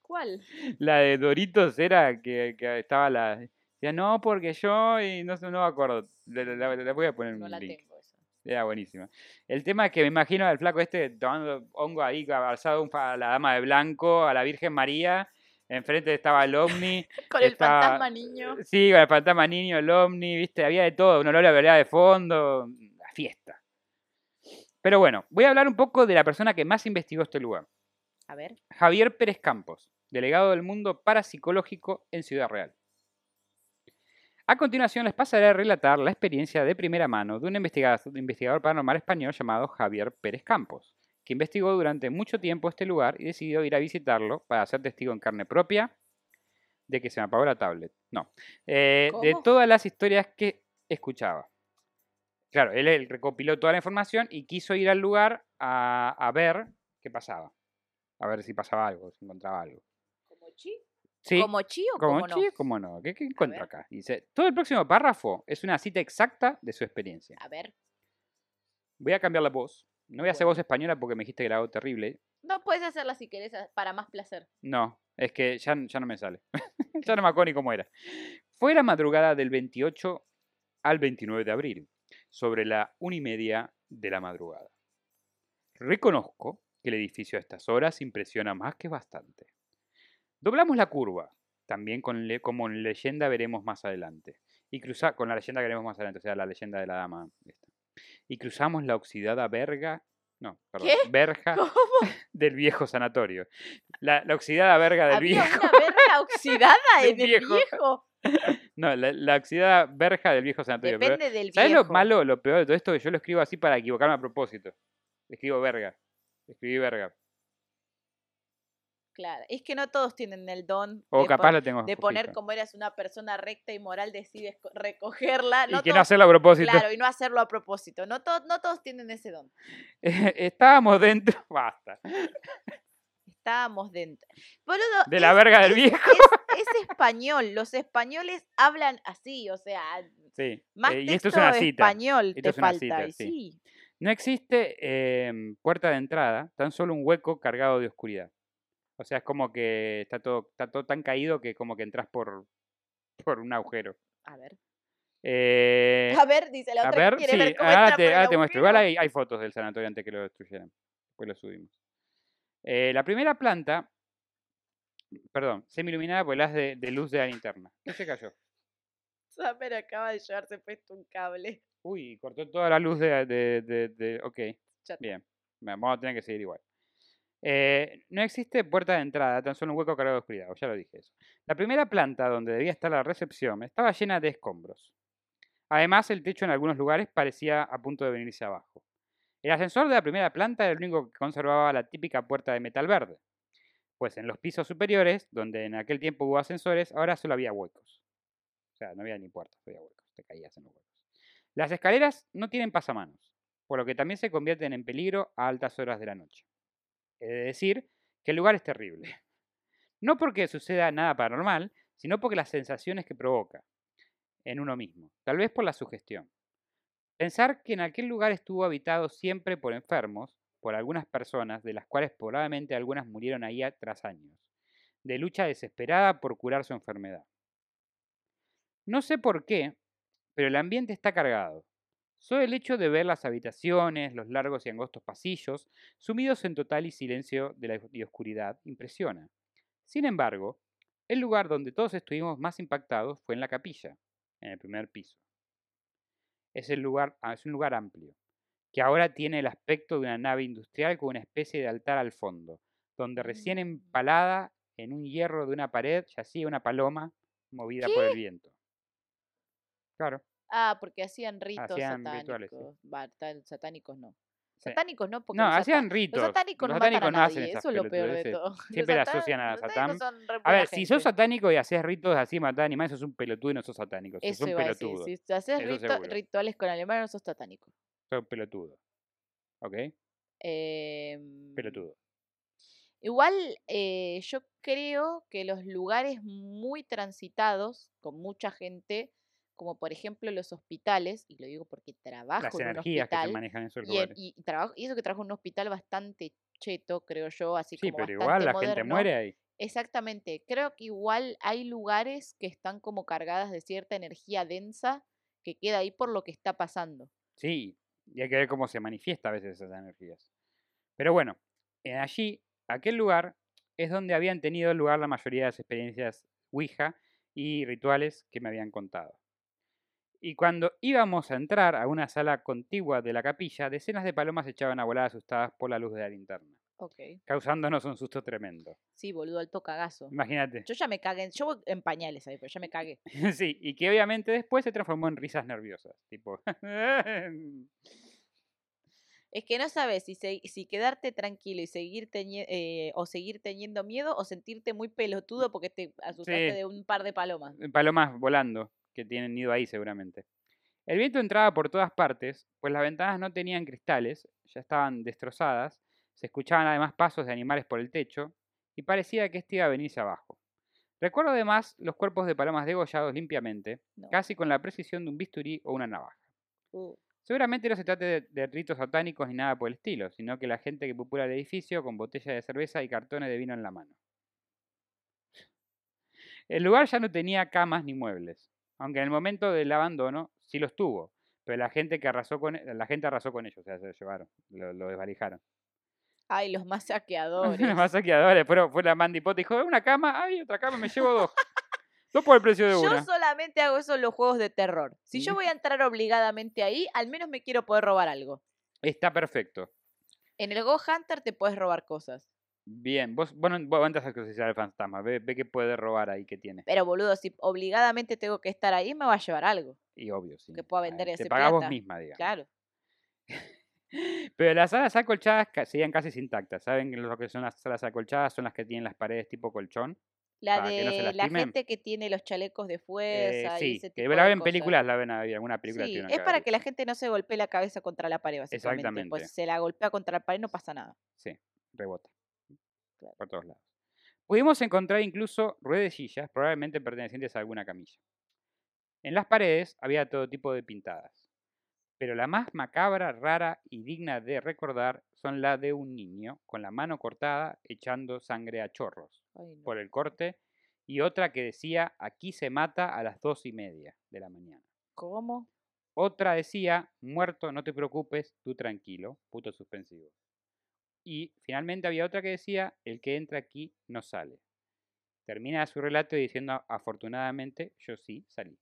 Speaker 2: ¿Cuál?
Speaker 1: La de Doritos era que, que estaba la... decía, no, porque yo, y no sé, no me acuerdo, la, la- la- la voy a poner en
Speaker 2: No
Speaker 1: un
Speaker 2: la
Speaker 1: link.
Speaker 2: tengo esa.
Speaker 1: Era buenísima. El tema es que me imagino al flaco este tomando hongo ahí, abrazado un fa- a la dama de blanco, a la Virgen María. Enfrente estaba el ovni.
Speaker 2: Con el
Speaker 1: Estaba-
Speaker 2: fantasma niño.
Speaker 1: Sí, con el fantasma niño, el ovni, viste, había de todo, un olor a verdad de fondo, la fiesta. Pero bueno, voy a hablar un poco de la persona que más investigó este lugar.
Speaker 2: A ver.
Speaker 1: Javier Pérez Campos, delegado del mundo parapsicológico en Ciudad Real. A continuación les pasaré a relatar la experiencia de primera mano de un investiga- de un investigador paranormal español llamado Javier Pérez Campos, que investigó durante mucho tiempo este lugar y decidió ir a visitarlo para ser testigo en carne propia de que se me apagó la tablet. No, eh, de
Speaker 2: ¿Cómo?
Speaker 1: todas las historias que escuchaba. Claro, él, él recopiló toda la información y quiso ir al lugar a, a ver qué pasaba. A ver si pasaba algo, si encontraba algo.
Speaker 2: ¿Como chi?
Speaker 1: Sí,
Speaker 2: ¿Como chi o
Speaker 1: como
Speaker 2: como no?
Speaker 1: sí, como no. ¿Qué, qué encuentro
Speaker 2: ver.
Speaker 1: acá? Dice, todo el próximo párrafo es una cita exacta de su experiencia.
Speaker 2: A ver.
Speaker 1: Voy a cambiar la voz. No voy a hacer
Speaker 2: Bueno.
Speaker 1: voz española porque me dijiste que la hago terrible.
Speaker 2: No puedes hacerla si querés, a- para más placer.
Speaker 1: No, es que ya, ya no me sale. ya no me acuerdo ni cómo era. Fue la madrugada del 28 al 29 de abril, sobre la una y media de la madrugada. Reconozco que el edificio a estas horas impresiona más que bastante. Doblamos la curva, también con le- como en leyenda veremos más adelante. Y cruza con la leyenda que veremos más adelante, o sea, la leyenda de la dama. esta. Y cruzamos la oxidada verga. No, perdón,
Speaker 2: ¿Qué?
Speaker 1: verja
Speaker 2: ¿Cómo?
Speaker 1: del viejo sanatorio. La, la oxidada verga del
Speaker 2: Había
Speaker 1: Ah, viejo.
Speaker 2: una verga oxidada
Speaker 1: De un
Speaker 2: en el
Speaker 1: viejo.
Speaker 2: viejo.
Speaker 1: No, la, la oxidada verja del viejo sanatorio. pero-
Speaker 2: Depende del viejo.
Speaker 1: ¿Sabes lo malo, lo peor de todo esto? Que yo lo escribo así para equivocarme a propósito. Escribo verga. Escribí verga.
Speaker 2: Claro, es que no todos tienen el don
Speaker 1: O
Speaker 2: de,
Speaker 1: capaz
Speaker 2: pon-
Speaker 1: la tengo.
Speaker 2: de poner
Speaker 1: justa.
Speaker 2: como eres una persona recta y moral, decides co- recogerla.
Speaker 1: Y que no
Speaker 2: todos-
Speaker 1: hacerlo a propósito.
Speaker 2: Claro, y no hacerlo a propósito. No, to- no todos tienen ese don.
Speaker 1: Estábamos dentro. Basta.
Speaker 2: Estábamos dentro. Boludo,
Speaker 1: De la verga del viejo.
Speaker 2: es- es español. Los españoles hablan así, o sea,
Speaker 1: Sí.
Speaker 2: más
Speaker 1: eh, y
Speaker 2: texto
Speaker 1: esto es una cita.
Speaker 2: español
Speaker 1: Esto
Speaker 2: te
Speaker 1: es una
Speaker 2: falta.
Speaker 1: cita,
Speaker 2: y
Speaker 1: sí.
Speaker 2: sí.
Speaker 1: No existe em, puerta de entrada, tan solo un hueco cargado de oscuridad. O sea, es como que está todo, está todo tan caído que como que entras por, por un agujero.
Speaker 2: A ver.
Speaker 1: Eh,
Speaker 2: a ver, dice la
Speaker 1: A
Speaker 2: otra
Speaker 1: ver,
Speaker 2: que quiere
Speaker 1: sí,
Speaker 2: ver cómo
Speaker 1: ahora,
Speaker 2: entra por
Speaker 1: te,
Speaker 2: el
Speaker 1: ahora te muestro. Igual
Speaker 2: agujero.
Speaker 1: hay, hay fotos del sanatorio antes que lo destruyeran. Después lo subimos. Eh, la primera planta, perdón, semi-iluminada por el haz de, de luz de la linterna. ¿Qué se cayó?
Speaker 2: Samer ah, acaba de llevarse puesto un cable.
Speaker 1: Uy, cortó toda la luz de... de, de- de- ok,
Speaker 2: Ya está.
Speaker 1: bien. Bueno, Vamos a tener que seguir igual. Eh, no existe puerta de entrada, tan solo un hueco cargado de oscuridad. o Ya lo dije eso. La primera planta donde debía estar la recepción estaba llena de escombros. Además, el techo en algunos lugares parecía a punto de venirse abajo. El ascensor de la primera planta era el único que conservaba la típica puerta de metal verde. Pues en los pisos superiores, donde en aquel tiempo hubo ascensores, ahora solo había huecos. O sea, no había ni puertas, había huecos. Te caías en los huecos. Las escaleras no tienen pasamanos, por lo que también se convierten en peligro a altas horas de la noche. He de decir que el lugar es terrible. No porque suceda nada paranormal, sino porque las sensaciones que provoca en uno mismo, tal vez por la sugestión. Pensar que en aquel lugar estuvo habitado siempre por enfermos, por algunas personas, de las cuales probablemente algunas murieron ahí a- tras años, de lucha desesperada por curar su enfermedad. No sé por qué, pero el ambiente está cargado. Solo el hecho de ver las habitaciones, los largos y angostos pasillos, sumidos en total y silencio de la y oscuridad, impresiona. Sin embargo, el lugar donde todos estuvimos más impactados fue en la capilla, en el primer piso. Es, el lugar, ah, es un lugar amplio, que ahora tiene el aspecto de una nave industrial con una especie de altar al fondo, donde recién empalada en un hierro de una pared yacía una paloma movida por el viento. Claro.
Speaker 2: Ah, porque hacían ritos
Speaker 1: Hacían
Speaker 2: satánicos.
Speaker 1: rituales, sí.
Speaker 2: Va, tan- satánicos no.
Speaker 1: Sí.
Speaker 2: Satánicos no, porque
Speaker 1: No,
Speaker 2: los
Speaker 1: hacían
Speaker 2: sata-
Speaker 1: ritos.
Speaker 2: Los satánicos
Speaker 1: Los
Speaker 2: no, matan
Speaker 1: satánicos
Speaker 2: a
Speaker 1: no hacen
Speaker 2: nadie,
Speaker 1: esas
Speaker 2: eso es lo peor de
Speaker 1: pelotudeces.
Speaker 2: todo. Los
Speaker 1: Siempre la
Speaker 2: satán-
Speaker 1: asocian a
Speaker 2: los satánicos
Speaker 1: Satán.
Speaker 2: son re
Speaker 1: A ver,
Speaker 2: buena
Speaker 1: si sos
Speaker 2: gente.
Speaker 1: satánico y haces ritos así, matás animales, sos un pelotudo y no sos satánico. Sos
Speaker 2: Eso
Speaker 1: un
Speaker 2: iba a decir.
Speaker 1: pelotudo.
Speaker 2: Si te haces
Speaker 1: Eso
Speaker 2: rito-
Speaker 1: seguro.
Speaker 2: rituales con alemanes, no sos satánico.
Speaker 1: Sos un pelotudo. ¿Ok?
Speaker 2: Mm, Em,
Speaker 1: Pelotudo.
Speaker 2: Igual eh, yo creo que los lugares muy transitados, con mucha gente, como por ejemplo los hospitales, y lo digo porque trabajo
Speaker 1: Las
Speaker 2: en un
Speaker 1: energías que se
Speaker 2: hospital,
Speaker 1: manejan en esos
Speaker 2: y, en-
Speaker 1: lugares.
Speaker 2: y, trabajo, y eso que trabajo en un hospital bastante cheto, creo yo, así
Speaker 1: Sí,
Speaker 2: como
Speaker 1: pero
Speaker 2: bastante
Speaker 1: igual la gente
Speaker 2: moderno.
Speaker 1: muere ahí.
Speaker 2: Exactamente, creo que igual hay lugares que están como cargadas de cierta energía densa que queda ahí por lo que está pasando.
Speaker 1: Sí, y hay que ver cómo se manifiesta a veces esas energías. Pero bueno, en allí, aquel lugar, es donde habían tenido lugar la mayoría de las experiencias Ouija y rituales que me habían contado. Y cuando íbamos a entrar a una sala contigua de la capilla, decenas de palomas se echaban a volar asustadas por la luz de la linterna,
Speaker 2: Ok.
Speaker 1: causándonos un susto tremendo.
Speaker 2: Sí, boludo, alto cagazo.
Speaker 1: Imagínate.
Speaker 2: Yo ya me cagué, en- yo voy en pañales ahí, pero ya me cagué.
Speaker 1: Sí, y que obviamente después se transformó en risas nerviosas, tipo... "Eh,
Speaker 2: Es que no sabes si, se- si quedarte tranquilo y seguir teñi- eh, o seguir teniendo miedo o sentirte muy pelotudo porque te asustaste
Speaker 1: Mm. Sí.
Speaker 2: de un par de palomas.
Speaker 1: palomas volando que tienen nido ahí seguramente. El viento entraba por todas partes, pues las ventanas no tenían cristales, ya estaban destrozadas, se escuchaban además pasos de animales por el techo, y parecía que este iba a venirse abajo. Recuerdo además los cuerpos de palomas degollados limpiamente,
Speaker 2: No.
Speaker 1: casi con la precisión de un bisturí o una navaja.
Speaker 2: Uh,
Speaker 1: Seguramente no se trate de, de ritos satánicos ni nada por el estilo, sino que la gente que popula el edificio con botellas de cerveza y cartones de vino en la mano. El lugar ya no tenía camas ni muebles, aunque en el momento del abandono sí los tuvo, pero la gente que arrasó con e, la gente arrasó con ellos, o sea, se los llevaron, lo, lo desvalijaron.
Speaker 2: Ay, los más saqueadores.
Speaker 1: Los más saqueadores, pero fue la mandipota y dijo, una cama, ay, otra cama, me llevo dos. dos por el precio de
Speaker 2: Yo
Speaker 1: una.
Speaker 2: solamente hago eso en los juegos de terror. Si yo
Speaker 1: Mm.
Speaker 2: voy a entrar obligadamente ahí, al menos me quiero poder robar algo.
Speaker 1: Está perfecto.
Speaker 2: En el Go Hunter te puedes robar cosas.
Speaker 1: Bien, vos, vos, no, vos entras a crucificar al fantasma, ve, ve que puede robar ahí, que tiene.
Speaker 2: Pero boludo, si obligadamente tengo que estar ahí, me va a llevar algo.
Speaker 1: Y obvio, sí.
Speaker 2: Que pueda vender y
Speaker 1: Te
Speaker 2: hacer
Speaker 1: pagás vos
Speaker 2: plata.
Speaker 1: misma, digamos.
Speaker 2: Claro.
Speaker 1: Pero las salas acolchadas ca- serían casi intactas. ¿Saben que lo que son las salas acolchadas? Son las que tienen las paredes tipo colchón.
Speaker 2: La
Speaker 1: Para que
Speaker 2: de
Speaker 1: no se
Speaker 2: la
Speaker 1: lastimen.
Speaker 2: gente que tiene los chalecos de
Speaker 1: Eh,
Speaker 2: fuerza y
Speaker 1: sí,
Speaker 2: ese tipo
Speaker 1: que
Speaker 2: de
Speaker 1: la ven
Speaker 2: cosas.
Speaker 1: películas, la ven ahí, alguna película.
Speaker 2: Sí,
Speaker 1: tienen
Speaker 2: es
Speaker 1: acá,
Speaker 2: para
Speaker 1: ¿viste?
Speaker 2: que la gente no se golpee la cabeza contra la pared, básicamente. Pues
Speaker 1: Exactamente.
Speaker 2: si se la golpea contra la pared no pasa nada.
Speaker 1: Sí, rebota.
Speaker 2: Claro.
Speaker 1: Por todos lados. Pudimos encontrar incluso ruedecillas, probablemente pertenecientes a alguna camilla. En las paredes había todo tipo de pintadas. Pero la más macabra, rara y digna de recordar son la de un niño con la mano cortada echando sangre a chorros.
Speaker 2: Ay, no.
Speaker 1: por e el corte y otra que decía aquí se mata a las dos y media de la mañana.
Speaker 2: ¿Cómo?
Speaker 1: Otra decía muerto, no te preocupes, tú tranquilo, puto suspensivo. Y finalmente había otra que decía el que entra aquí no sale. Termina su relato diciendo afortunadamente yo sí salí.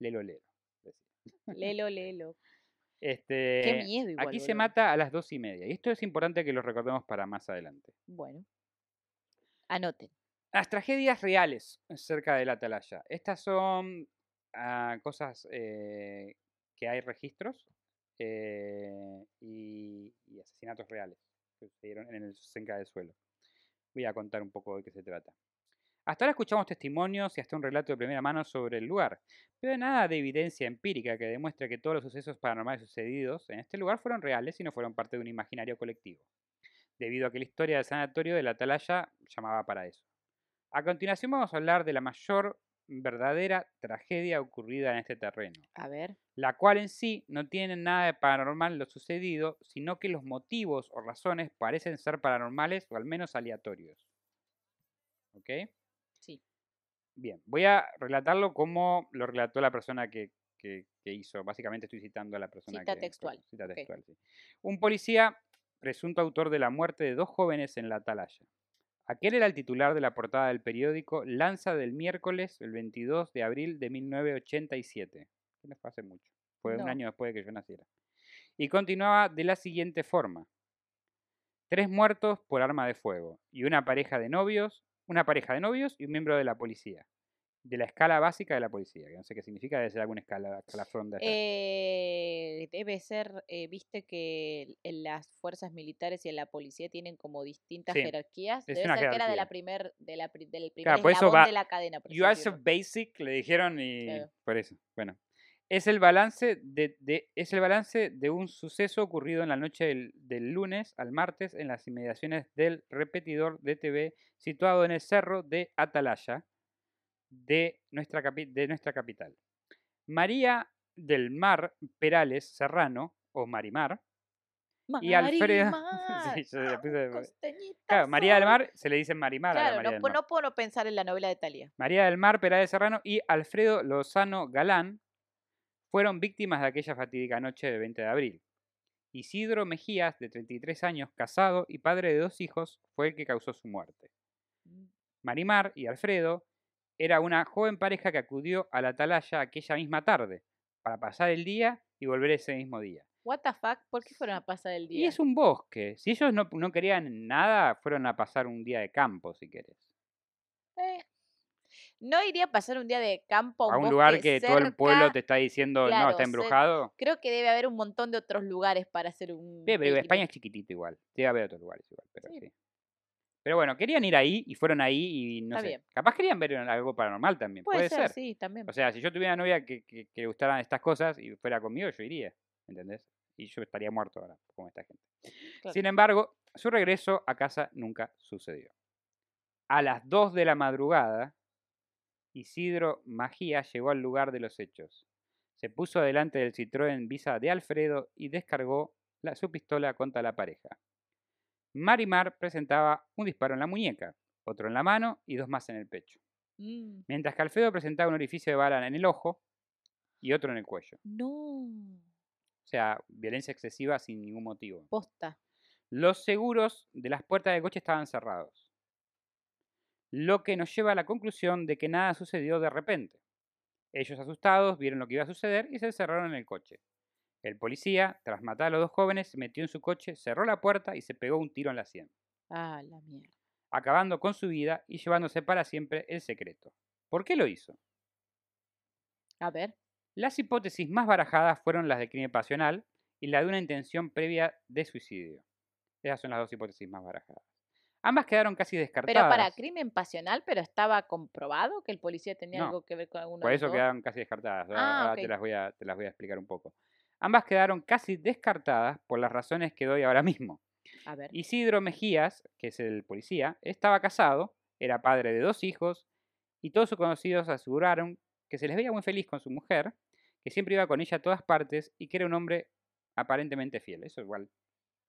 Speaker 1: Lelo lelo. decía.
Speaker 2: Lelo, lelo.
Speaker 1: Este,
Speaker 2: Qué miedo igual.
Speaker 1: aquí se
Speaker 2: boludo.
Speaker 1: mata a las dos y media. Y esto es importante que lo recordemos para más adelante.
Speaker 2: Bueno. Anoten.
Speaker 1: Las tragedias reales cerca del atalaya. Estas son ah, cosas eh, que hay registros eh, y, y asesinatos reales que sucedieron en el cerca del suelo. Voy a contar un poco de qué se trata. Hasta ahora escuchamos testimonios y hasta un relato de primera mano sobre el lugar, pero nada de evidencia empírica que demuestre que todos los sucesos paranormales sucedidos en este lugar fueron reales y no fueron parte de un imaginario colectivo, debido a que la historia del sanatorio de la atalaya llamaba para eso. A continuación vamos a hablar de la mayor verdadera tragedia ocurrida en este terreno,
Speaker 2: A ver.
Speaker 1: la cual en sí no tiene nada de paranormal lo sucedido, sino que los motivos o razones parecen ser paranormales o al menos aleatorios. ¿Ok?
Speaker 2: Sí.
Speaker 1: Bien, voy a relatarlo como lo relató la persona que, que- que hizo. Básicamente estoy citando a la persona
Speaker 2: Cita
Speaker 1: que-
Speaker 2: textual,
Speaker 1: cita
Speaker 2: ok.
Speaker 1: textual, sí. Un policía, presunto autor de la muerte de dos jóvenes en la atalaya. Aquel era el titular de la portada del periódico Lanza del miércoles, el 22 de abril de 1987. Que no fue hace mucho. Fue un
Speaker 2: No.
Speaker 1: año después de que yo naciera. Y continuaba de la siguiente forma. Tres muertos por arma de fuego y una pareja de novios, una pareja de novios y un miembro de la policía. De la escala básica de la policía, que no sé qué significa, debe ser alguna escala, escalafrón de allá.
Speaker 2: Eh, debe ser, eh, viste que el- en las fuerzas militares y en la policía tienen como distintas
Speaker 1: Sí,
Speaker 2: jerarquías.
Speaker 1: es
Speaker 2: Debe ser
Speaker 1: una
Speaker 2: que era de
Speaker 1: jerarquía.
Speaker 2: la primer, de la, pri- del primer
Speaker 1: Claro, por eso
Speaker 2: eslabón
Speaker 1: va-
Speaker 2: de la cadena. por así
Speaker 1: You are so
Speaker 2: decirlo.
Speaker 1: basic, le dijeron y
Speaker 2: Claro.
Speaker 1: por eso. Bueno, es el balance de, de- es el balance de un suceso ocurrido en la noche del, del lunes al martes en las inmediaciones del repetidor de TV situado en el cerro de Atalaya de nuestra, capi- de nuestra capital. María del Mar Perales Serrano o Marimar y Alfredo
Speaker 2: Ah, Marimar,
Speaker 1: Sí, yo le puse-
Speaker 2: amo costeñita
Speaker 1: Claro, María del
Speaker 2: soy.
Speaker 1: Mar se le dice Marimar a la
Speaker 2: Claro,
Speaker 1: María
Speaker 2: no,
Speaker 1: del
Speaker 2: pu-
Speaker 1: Mar.
Speaker 2: no puedo no pensar en la novela de Talía.
Speaker 1: María del Mar Perales Serrano y Alfredo Lozano Galán fueron víctimas de aquella fatídica noche del 20 de abril. Isidro Mejías, de 33 años, casado y padre de dos hijos, fue el que causó su muerte.
Speaker 2: Mm.
Speaker 1: Marimar y Alfredo era una joven pareja que acudió a la atalaya aquella misma tarde para pasar el día y volver ese mismo día.
Speaker 2: What the fuck, ¿por qué fueron a pasar el día?
Speaker 1: Y es un bosque. Si ellos no, no querían nada, fueron a pasar un día de campo, si querés.
Speaker 2: Eh, No iría a pasar un día de campo
Speaker 1: A un
Speaker 2: bosque
Speaker 1: lugar que todo el pueblo
Speaker 2: cerca.
Speaker 1: te está diciendo, no,
Speaker 2: claro,
Speaker 1: está
Speaker 2: cer-
Speaker 1: embrujado.
Speaker 2: Creo que debe haber un montón de otros lugares para hacer un.
Speaker 1: Bien, pero
Speaker 2: picnic.
Speaker 1: España es chiquitito igual. Debe haber otros lugares igual, pero
Speaker 2: Sí.
Speaker 1: sí. Pero bueno, querían ir ahí y fueron ahí y no
Speaker 2: Está
Speaker 1: sé.
Speaker 2: bien.
Speaker 1: Capaz querían ver algo paranormal también. Puede,
Speaker 2: Puede, ser, sí, también.
Speaker 1: O sea, si yo tuviera una novia que, que- que le gustaran estas cosas y fuera conmigo, yo iría. ¿Entendés? Y yo estaría muerto ahora, como esta gente.
Speaker 2: Claro.
Speaker 1: Sin embargo, su regreso a casa nunca sucedió. A las 2 de la madrugada, Isidro Magía llegó al lugar de los hechos. Se puso delante del Citroën Visa de Alfredo y descargó la- su pistola contra la pareja. Marimar presentaba un disparo en la muñeca, otro en la mano y dos más en el pecho.
Speaker 2: Mm,
Speaker 1: Mientras que Alfredo presentaba un orificio de bala en el ojo y otro en el cuello.
Speaker 2: no,
Speaker 1: O sea, violencia excesiva sin ningún motivo.
Speaker 2: posta.
Speaker 1: Los seguros de las puertas del coche estaban cerrados. Lo que nos lleva a la conclusión de que nada sucedió de repente. Ellos asustados vieron lo que iba a suceder y se encerraron en el coche. El policía, tras matar a los dos jóvenes, se metió en su coche, cerró la puerta y se pegó un tiro en la sien,
Speaker 2: Ah, la mierda.
Speaker 1: acabando con su vida y llevándose para siempre el secreto. ¿Por qué lo hizo?
Speaker 2: A ver,
Speaker 1: Las hipótesis más barajadas fueron las de crimen pasional y la de una intención previa de suicidio. Esas son las dos hipótesis más barajadas. Ambas quedaron casi
Speaker 2: pero
Speaker 1: descartadas.
Speaker 2: para crimen pasional, pero estaba comprobado que el policía tenía
Speaker 1: No,
Speaker 2: algo que ver con alguno
Speaker 1: Por
Speaker 2: de
Speaker 1: eso
Speaker 2: los dos.
Speaker 1: quedaron casi descartadas. Ahora-
Speaker 2: Ah,
Speaker 1: ahora
Speaker 2: ok.
Speaker 1: te, las voy a, te las voy a explicar un poco. Ambas quedaron casi descartadas por las razones que doy ahora mismo.
Speaker 2: A ver,
Speaker 1: Isidro Mejías, que es el policía, estaba casado, era padre de dos hijos, y todos sus conocidos aseguraron que se les veía muy feliz con su mujer, que siempre iba con ella a todas partes y que era un hombre aparentemente fiel. Eso igual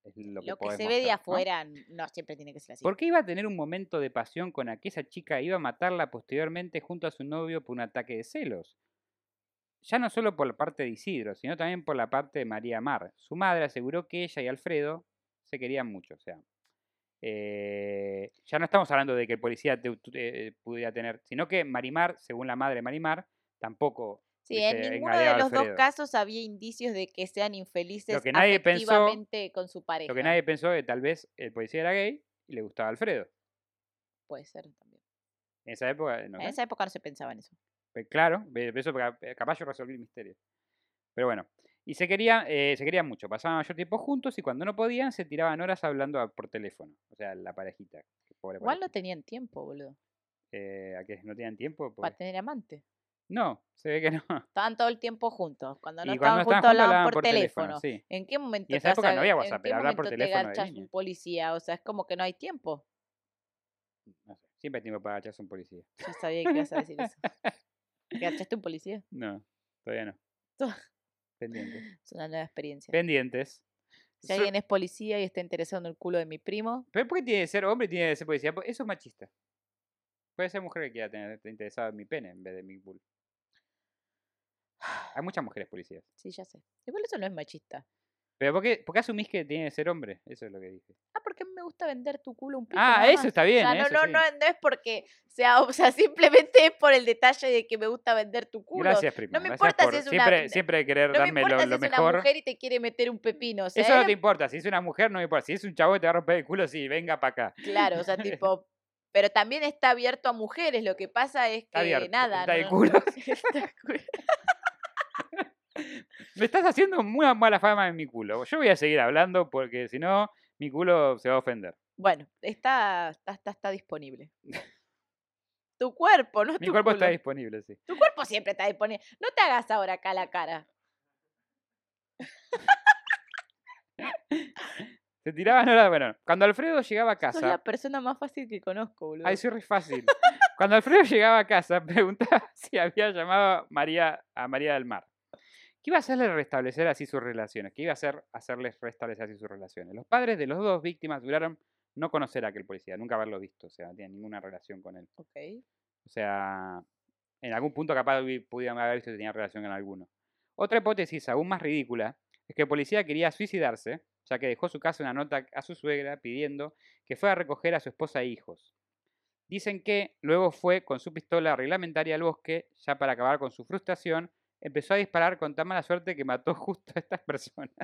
Speaker 1: es lo que,
Speaker 2: lo que
Speaker 1: podés
Speaker 2: se ve de
Speaker 1: mostrar, ¿no?
Speaker 2: afuera no, siempre tiene que ser así.
Speaker 1: ¿Por qué iba a tener un momento de pasión con aquella chica e iba a matarla posteriormente junto a su novio por un ataque de celos? Ya no solo por la parte de Isidro, sino también por la parte de María Mar. Su madre aseguró que ella y Alfredo se querían mucho. O sea, eh, ya no estamos hablando de que el policía te- tu- eh, pudiera tener, sino que Marimar, según la madre de Marimar, tampoco.
Speaker 2: Sí, en
Speaker 1: dice,
Speaker 2: ninguno de
Speaker 1: engañaba a
Speaker 2: los dos
Speaker 1: Alfredo.
Speaker 2: casos había indicios de que sean infelices
Speaker 1: que nadie pensó-
Speaker 2: afectivamente con su pareja.
Speaker 1: Lo que nadie pensó que tal vez el policía era gay y le gustaba a Alfredo.
Speaker 2: Puede ser también.
Speaker 1: En esa época, no
Speaker 2: En
Speaker 1: sé.
Speaker 2: esa época no se pensaba en eso.
Speaker 1: Pe- Claro, ve- ve eso ca- eh, capaz yo resolví el misterio. Pero bueno, y se querían, se querían mucho, pasaban mayor tiempo juntos y cuando no podían se tiraban horas hablando a- por teléfono. O sea, la parejita. que Pobre
Speaker 2: Igual
Speaker 1: pareja.
Speaker 2: no tenían tiempo, boludo,
Speaker 1: Eh, ¿A que no tenían tiempo? Pobre.
Speaker 2: para tener amante.
Speaker 1: No, se ve que no.
Speaker 2: Estaban todo el tiempo juntos. Cuando no
Speaker 1: y
Speaker 2: estaban
Speaker 1: cuando
Speaker 2: juntos
Speaker 1: estaban juntos
Speaker 2: hablaban por, teléfono.
Speaker 1: sí.
Speaker 2: ¿En qué momento
Speaker 1: esa
Speaker 2: te vas
Speaker 1: época no
Speaker 2: a-
Speaker 1: había
Speaker 2: en
Speaker 1: WhatsApp,
Speaker 2: qué
Speaker 1: era hablar por
Speaker 2: momento
Speaker 1: teléfono de
Speaker 2: te garchas
Speaker 1: línea.
Speaker 2: un policía? O sea, es como que no hay tiempo.
Speaker 1: No sé, Siempre hay tiempo para agacharse un policía.
Speaker 2: Yo sabía que ibas a decir eso. ¿Garchaste un policía?
Speaker 1: No, todavía no.
Speaker 2: To-
Speaker 1: Pendientes.
Speaker 2: Es una nueva experiencia.
Speaker 1: Pendientes.
Speaker 2: si
Speaker 1: So-
Speaker 2: alguien es policía y está interesado en el culo de mi primo,
Speaker 1: Pues, ¿Pero por qué tiene que ser hombre y tiene que ser policía? Eso es machista. Puede ser mujer que quiera tener estar interesada en mi pene en vez de mi bull. Hay muchas mujeres policías.
Speaker 2: Sí, ya sé. Igual eso no es machista.
Speaker 1: Pero ¿por qué, por qué asumís que tiene que ser hombre? Eso es lo que dije.
Speaker 2: Ah, porque a mí me gusta vender tu culo un poco.
Speaker 1: Ah, eso está bien.
Speaker 2: O sea, no,
Speaker 1: eso
Speaker 2: no,
Speaker 1: sí.
Speaker 2: no, no es porque sea, o sea, simplemente es por el detalle de que me gusta vender tu culo.
Speaker 1: Gracias, prima.
Speaker 2: No me
Speaker 1: gracias
Speaker 2: importa si
Speaker 1: por
Speaker 2: es una-
Speaker 1: Siempre, siempre querer
Speaker 2: No me
Speaker 1: darme
Speaker 2: importa
Speaker 1: lo,
Speaker 2: si
Speaker 1: lo
Speaker 2: es una
Speaker 1: mejor.
Speaker 2: mujer y te quiere meter un pepino, o sea,
Speaker 1: Eso no
Speaker 2: es-
Speaker 1: te importa. Si es una mujer, no me importa. Si es un chavo, te va a romper el culo. Sí, venga para acá.
Speaker 2: claro, o sea, tipo, pero también está abierto a mujeres, lo que pasa es que
Speaker 1: abierto,
Speaker 2: nada,
Speaker 1: está de
Speaker 2: no-
Speaker 1: culo.
Speaker 2: está de culo.
Speaker 1: Me estás haciendo muy mala fama en mi culo. Yo voy a seguir hablando porque si no, mi culo se va a ofender.
Speaker 2: Bueno, está, está, está, está disponible. Tu cuerpo, no
Speaker 1: Mi
Speaker 2: tu
Speaker 1: cuerpo está
Speaker 2: culo.
Speaker 1: disponible, sí.
Speaker 2: Tu cuerpo siempre está disponible. No te hagas ahora acá la cara.
Speaker 1: Se tiraban horas. Bueno, cuando Alfredo llegaba a
Speaker 2: Sos
Speaker 1: casa.
Speaker 2: la persona más fácil que conozco, boludo.
Speaker 1: Ay, soy re fácil. Cuando Alfredo llegaba a casa, preguntaba si había llamado a María, a María del Mar. ¿Qué iba a hacerle restablecer así sus relaciones? ¿Qué iba a hacer hacerles restablecer así sus relaciones? Los padres de los dos víctimas duraron no conocer a aquel policía, nunca haberlo visto, o sea, no tenían ninguna relación con él.
Speaker 2: Ok.
Speaker 1: O sea, en algún punto capaz hubi- pudieran haber visto que tenía relación con alguno. Otra hipótesis, aún más ridícula, es que el policía quería suicidarse, ya que dejó su casa una nota a su suegra pidiendo que fuera a recoger a su esposa e hijos. Dicen que luego fue con su pistola reglamentaria al bosque, ya para acabar con su frustración, empezó a disparar con tan mala suerte que mató justo a estas personas.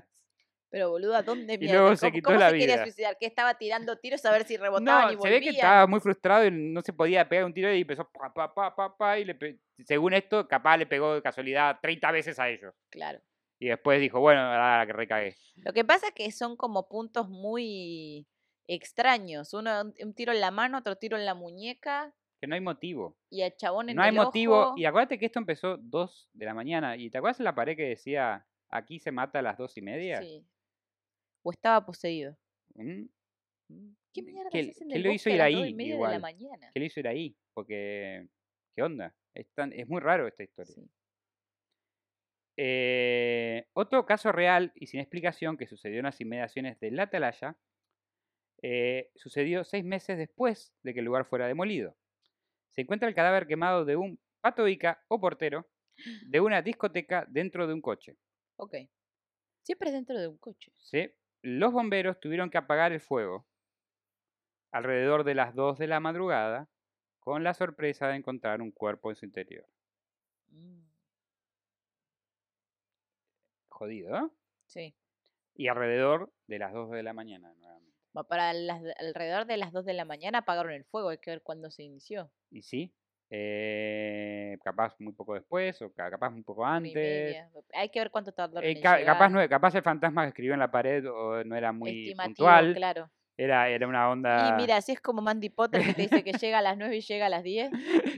Speaker 2: Pero boludo, ¿a dónde mierda?
Speaker 1: luego se
Speaker 2: ¿Cómo-
Speaker 1: quitó
Speaker 2: cómo
Speaker 1: la
Speaker 2: se quería
Speaker 1: vida.
Speaker 2: suicidar? ¿Que estaba tirando tiros a ver si rebotaban
Speaker 1: No,
Speaker 2: y
Speaker 1: se
Speaker 2: volvían?
Speaker 1: ve que estaba muy frustrado y no se podía pegar un tiro y empezó pa, pa, pa, pa, pa, y le pe- según esto, capaz le pegó de casualidad 30 veces a ellos.
Speaker 2: Claro.
Speaker 1: Y después dijo, bueno, ahora que recagué.
Speaker 2: Lo que pasa es que son como puntos muy extraños. Uno un- un tiro en la mano, otro tiro en la muñeca
Speaker 1: Que no hay motivo.
Speaker 2: y a chabón en
Speaker 1: No hay
Speaker 2: el
Speaker 1: motivo.
Speaker 2: ojo.
Speaker 1: Y acuérdate que esto empezó 2 de la mañana. ¿Y te acuerdas de la pared que decía, aquí se mata a las 2 y media?
Speaker 2: Sí. O estaba poseído.
Speaker 1: Mm,
Speaker 2: Mm. ¿Qué mierda
Speaker 1: ¿Quién-
Speaker 2: hacen
Speaker 1: quién
Speaker 2: del
Speaker 1: lo hizo
Speaker 2: bosque a
Speaker 1: ir
Speaker 2: las dos y
Speaker 1: ahí
Speaker 2: media de la
Speaker 1: igual?
Speaker 2: mañana?
Speaker 1: ¿Qué le hizo ir ahí? Porque, ¿qué onda? Es, tan- es muy raro esta historia.
Speaker 2: Sí.
Speaker 1: Eh, otro caso real y sin explicación que sucedió en las inmediaciones de la Atalaya eh, sucedió seis meses después de que el lugar fuera demolido. Se encuentra el cadáver quemado de un patoica o portero de una discoteca dentro de un coche.
Speaker 2: Ok. Siempre es dentro de un coche.
Speaker 1: ¿sí? Los bomberos tuvieron que apagar el fuego alrededor de las 2 de la madrugada con la sorpresa de encontrar un cuerpo en su interior.
Speaker 2: Mm,
Speaker 1: Jodido, ¿eh?
Speaker 2: Sí.
Speaker 1: Y alrededor de las 2 de la mañana nuevamente.
Speaker 2: Va Para las, alrededor de las 2 de la mañana apagaron el fuego. Hay que ver cuándo se inició.
Speaker 1: Y sí, eh, capaz muy poco después o ca- capaz un poco
Speaker 2: Una y
Speaker 1: antes.
Speaker 2: media. Hay que ver cuánto tardaron
Speaker 1: Eh,
Speaker 2: en
Speaker 1: ca- capaz,
Speaker 2: llegar.
Speaker 1: no, capaz el fantasma que escribió en la pared o no era muy
Speaker 2: Estimativo,
Speaker 1: puntual.
Speaker 2: claro.
Speaker 1: Era, era una onda.
Speaker 2: Y mira, si es como Mandy Potter que te dice que llega a las 9 y llega a las 10.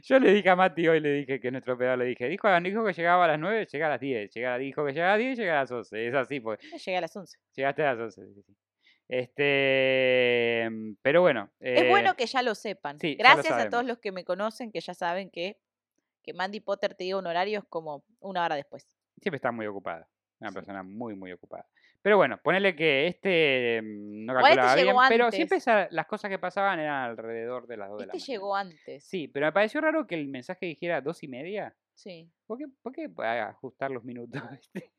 Speaker 1: Yo le dije a Mati hoy, le dije que es nuestro peor, le dije, dijo, dijo que llegaba a las 9, llega a las 10. Llega, dijo que llega a las 10, llega a las 11. Es así, pues.
Speaker 2: Yo llegué a las 11.
Speaker 1: Llegaste a las 11. sí, sí, sí. Este. Pero bueno.
Speaker 2: Es bueno
Speaker 1: eh,
Speaker 2: que ya lo sepan.
Speaker 1: sí, ya lo
Speaker 2: Gracias a todos
Speaker 1: sabemos.
Speaker 2: los que me conocen que ya saben que, que Mandy Potter te diga un horario es como una hora después.
Speaker 1: siempre está muy ocupada. Una
Speaker 2: Sí.
Speaker 1: persona muy, muy ocupada. Pero bueno, ponele que este mm, no
Speaker 2: Igual este
Speaker 1: calculaba bien,
Speaker 2: llegó
Speaker 1: pero
Speaker 2: antes.
Speaker 1: siempre esa- las cosas que pasaban eran alrededor de las 2 de la
Speaker 2: Este
Speaker 1: mañana.
Speaker 2: llegó antes.
Speaker 1: Sí, pero me pareció raro que el mensaje dijera dos y media.
Speaker 2: Sí.
Speaker 1: ¿Por qué, por qué a- ajustar los minutos? viste?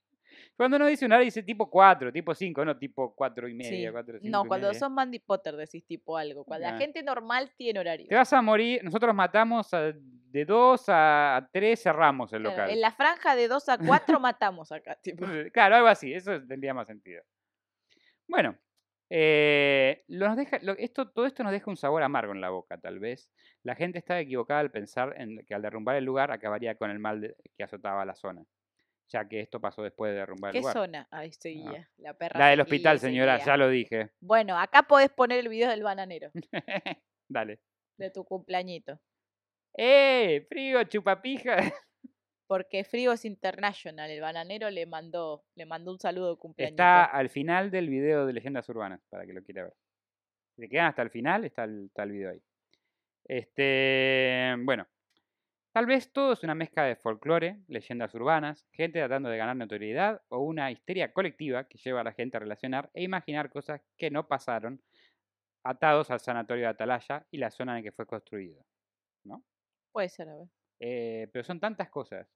Speaker 1: Cuando uno dice una hora dice tipo 4, tipo 5, no tipo 4 y media,
Speaker 2: Sí.
Speaker 1: 4, 5
Speaker 2: No,
Speaker 1: y
Speaker 2: cuando
Speaker 1: media.
Speaker 2: sos Mandy Potter decís tipo algo. Cuando
Speaker 1: Nah.
Speaker 2: la gente normal tiene horario.
Speaker 1: Te vas a morir, nosotros matamos a- de 2 a 3, cerramos el
Speaker 2: Claro,
Speaker 1: local.
Speaker 2: en la franja de 2 a 4 matamos acá. tipo.
Speaker 1: Eh, Claro, algo así, eso tendría más sentido. Bueno, eh, lo nos deja, lo- esto, todo esto nos deja un sabor amargo en la boca, tal vez. La gente estaba equivocada al pensar en que al derrumbar el lugar acabaría con el mal de- que azotaba la zona, ya que esto pasó después de derrumbar el
Speaker 2: ¿Qué
Speaker 1: lugar.
Speaker 2: zona? Ahí seguía. La perra.
Speaker 1: La del
Speaker 2: seguía,
Speaker 1: hospital, señora,
Speaker 2: seguía.
Speaker 1: ya lo dije.
Speaker 2: Bueno, acá podés poner el video del bananero,
Speaker 1: Dale.
Speaker 2: de tu cumpleañito.
Speaker 1: ¡Eh! ¡Frío, chupapija!
Speaker 2: Porque Frigos International, el bananero, le mandó, le mandó un saludo de cumpleaños.
Speaker 1: Está al final del video de Leyendas Urbanas, para que lo quiera ver. Si se quedan hasta el final, está el, está el video ahí. Este, bueno, tal vez todo es una mezcla de folclore, leyendas urbanas, gente tratando de ganar notoriedad o una histeria colectiva que lleva a la gente a relacionar e imaginar cosas que no pasaron, atados al sanatorio de Atalaya y la zona en que fue construido.
Speaker 2: Puede ser, a ver.
Speaker 1: Eh, pero son tantas cosas.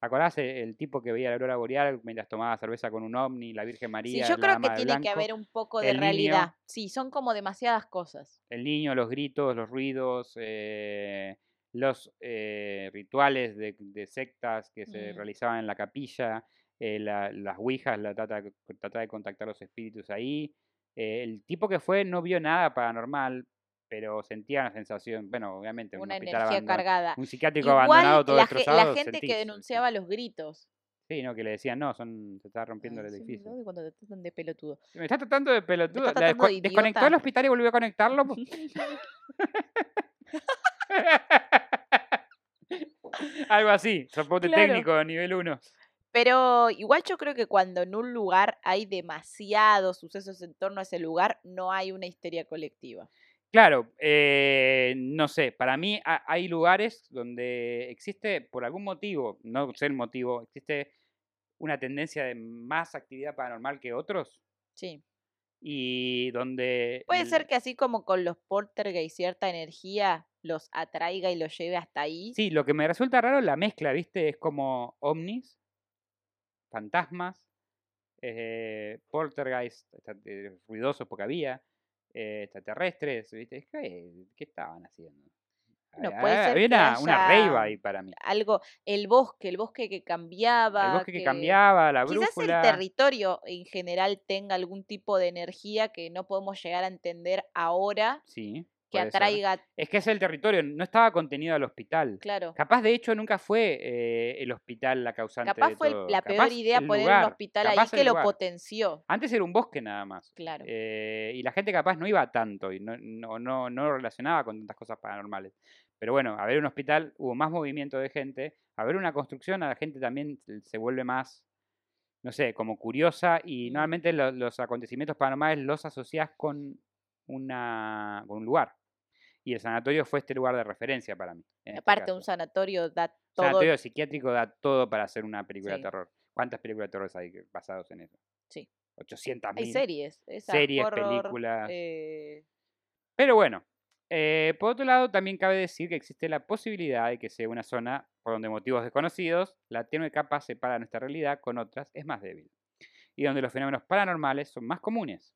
Speaker 1: ¿Acordás el, el tipo que veía la aurora boreal mientras tomaba cerveza con un ovni, la Virgen
Speaker 2: Sí,
Speaker 1: María?
Speaker 2: yo
Speaker 1: la
Speaker 2: creo
Speaker 1: Dama
Speaker 2: que
Speaker 1: de
Speaker 2: tiene que
Speaker 1: blanco,
Speaker 2: haber un poco de
Speaker 1: el niño.
Speaker 2: realidad. Sí, son como demasiadas cosas.
Speaker 1: El niño, los gritos, los ruidos, eh, los eh, rituales de, de sectas que se
Speaker 2: Mm.
Speaker 1: realizaban en la capilla, eh, la- las ouijas, la trata, trata de contactar los espíritus ahí. Eh, el tipo que fue no vio nada paranormal, pero sentía una sensación, bueno, obviamente, un
Speaker 2: una
Speaker 1: hospital
Speaker 2: energía
Speaker 1: abandonado-
Speaker 2: cargada.
Speaker 1: Un psiquiátrico
Speaker 2: Igual
Speaker 1: abandonado, todo
Speaker 2: la, ge-
Speaker 1: destrozado.
Speaker 2: la gente
Speaker 1: sentís,
Speaker 2: que
Speaker 1: sí.
Speaker 2: denunciaba los gritos.
Speaker 1: Sí, no, que le decían, no, son, se está rompiendo
Speaker 2: Ay,
Speaker 1: el
Speaker 2: sí, me
Speaker 1: edificio.
Speaker 2: odio cuando te tratan de pelotudo.
Speaker 1: Me está tratando de pelotudo.
Speaker 2: está
Speaker 1: La
Speaker 2: tratando de
Speaker 1: desco- desconectó el
Speaker 2: idiota.
Speaker 1: hospital y volvió a conectarlo. po. Algo así, soporte
Speaker 2: Claro.
Speaker 1: técnico nivel 1.
Speaker 2: Pero igual yo creo que cuando en un lugar hay demasiados sucesos en torno a ese lugar, no hay una histeria colectiva.
Speaker 1: Claro, eh, no sé, para mí ha- hay lugares donde existe, por algún motivo, no sé el motivo, existe una tendencia de más actividad paranormal que otros
Speaker 2: Sí.
Speaker 1: y donde...
Speaker 2: Puede
Speaker 1: l-
Speaker 2: ser que así como con los poltergeist cierta energía los atraiga y los lleve hasta ahí.
Speaker 1: Sí, lo que me resulta raro es la mezcla, ¿viste? Es como ovnis, fantasmas, eh, poltergeist, esta- eh, ruidosos porque había, eh, extraterrestres, ¿viste? ¿Qué, qué estaban haciendo?
Speaker 2: Bueno,
Speaker 1: Ah,
Speaker 2: puede ser
Speaker 1: había
Speaker 2: que
Speaker 1: una, una rave
Speaker 2: haya
Speaker 1: ahí para mí.
Speaker 2: Algo, el bosque, el bosque que cambiaba.
Speaker 1: El bosque que cambiaba, la
Speaker 2: Quizás
Speaker 1: brújula.
Speaker 2: el territorio en general tenga algún tipo de energía que no podemos llegar a entender ahora,
Speaker 1: Sí.
Speaker 2: que
Speaker 1: puede ser.
Speaker 2: atraiga,
Speaker 1: Es que es el territorio, no estaba contenido al hospital.
Speaker 2: claro.
Speaker 1: Capaz, de hecho, nunca fue eh, el hospital la causante
Speaker 2: Capaz
Speaker 1: de
Speaker 2: fue el-
Speaker 1: todo.
Speaker 2: la peor
Speaker 1: Capaz
Speaker 2: idea
Speaker 1: el
Speaker 2: poner un
Speaker 1: lugar,
Speaker 2: hospital ahí
Speaker 1: capaz el
Speaker 2: que lo
Speaker 1: lugar.
Speaker 2: potenció.
Speaker 1: Antes era un bosque nada más.
Speaker 2: Claro.
Speaker 1: Eh, y la gente capaz no iba tanto y no, no, no, no lo relacionaba con tantas cosas paranormales. Pero bueno, a ver un hospital hubo más movimiento de gente, a ver una construcción a la gente también se- se vuelve más, no sé, como curiosa y
Speaker 2: Mm.
Speaker 1: normalmente lo- los acontecimientos paranormales los asocias con, una, con un lugar. Y el sanatorio fue este lugar de referencia para mí. en este
Speaker 2: Aparte,
Speaker 1: caso.
Speaker 2: un sanatorio da todo.
Speaker 1: sanatorio psiquiátrico da todo para hacer una película
Speaker 2: Sí.
Speaker 1: de terror. ¿Cuántas películas de terror hay que- basadas en eso?
Speaker 2: Sí.
Speaker 1: 800
Speaker 2: Hay series. esa,
Speaker 1: series,
Speaker 2: horror,
Speaker 1: películas.
Speaker 2: eh,
Speaker 1: Pero bueno, eh, por otro lado, también cabe decir que existe la posibilidad de que sea una zona por donde motivos desconocidos, la tenue capa separa nuestra realidad con otras, es más débil, y donde los fenómenos paranormales son más comunes.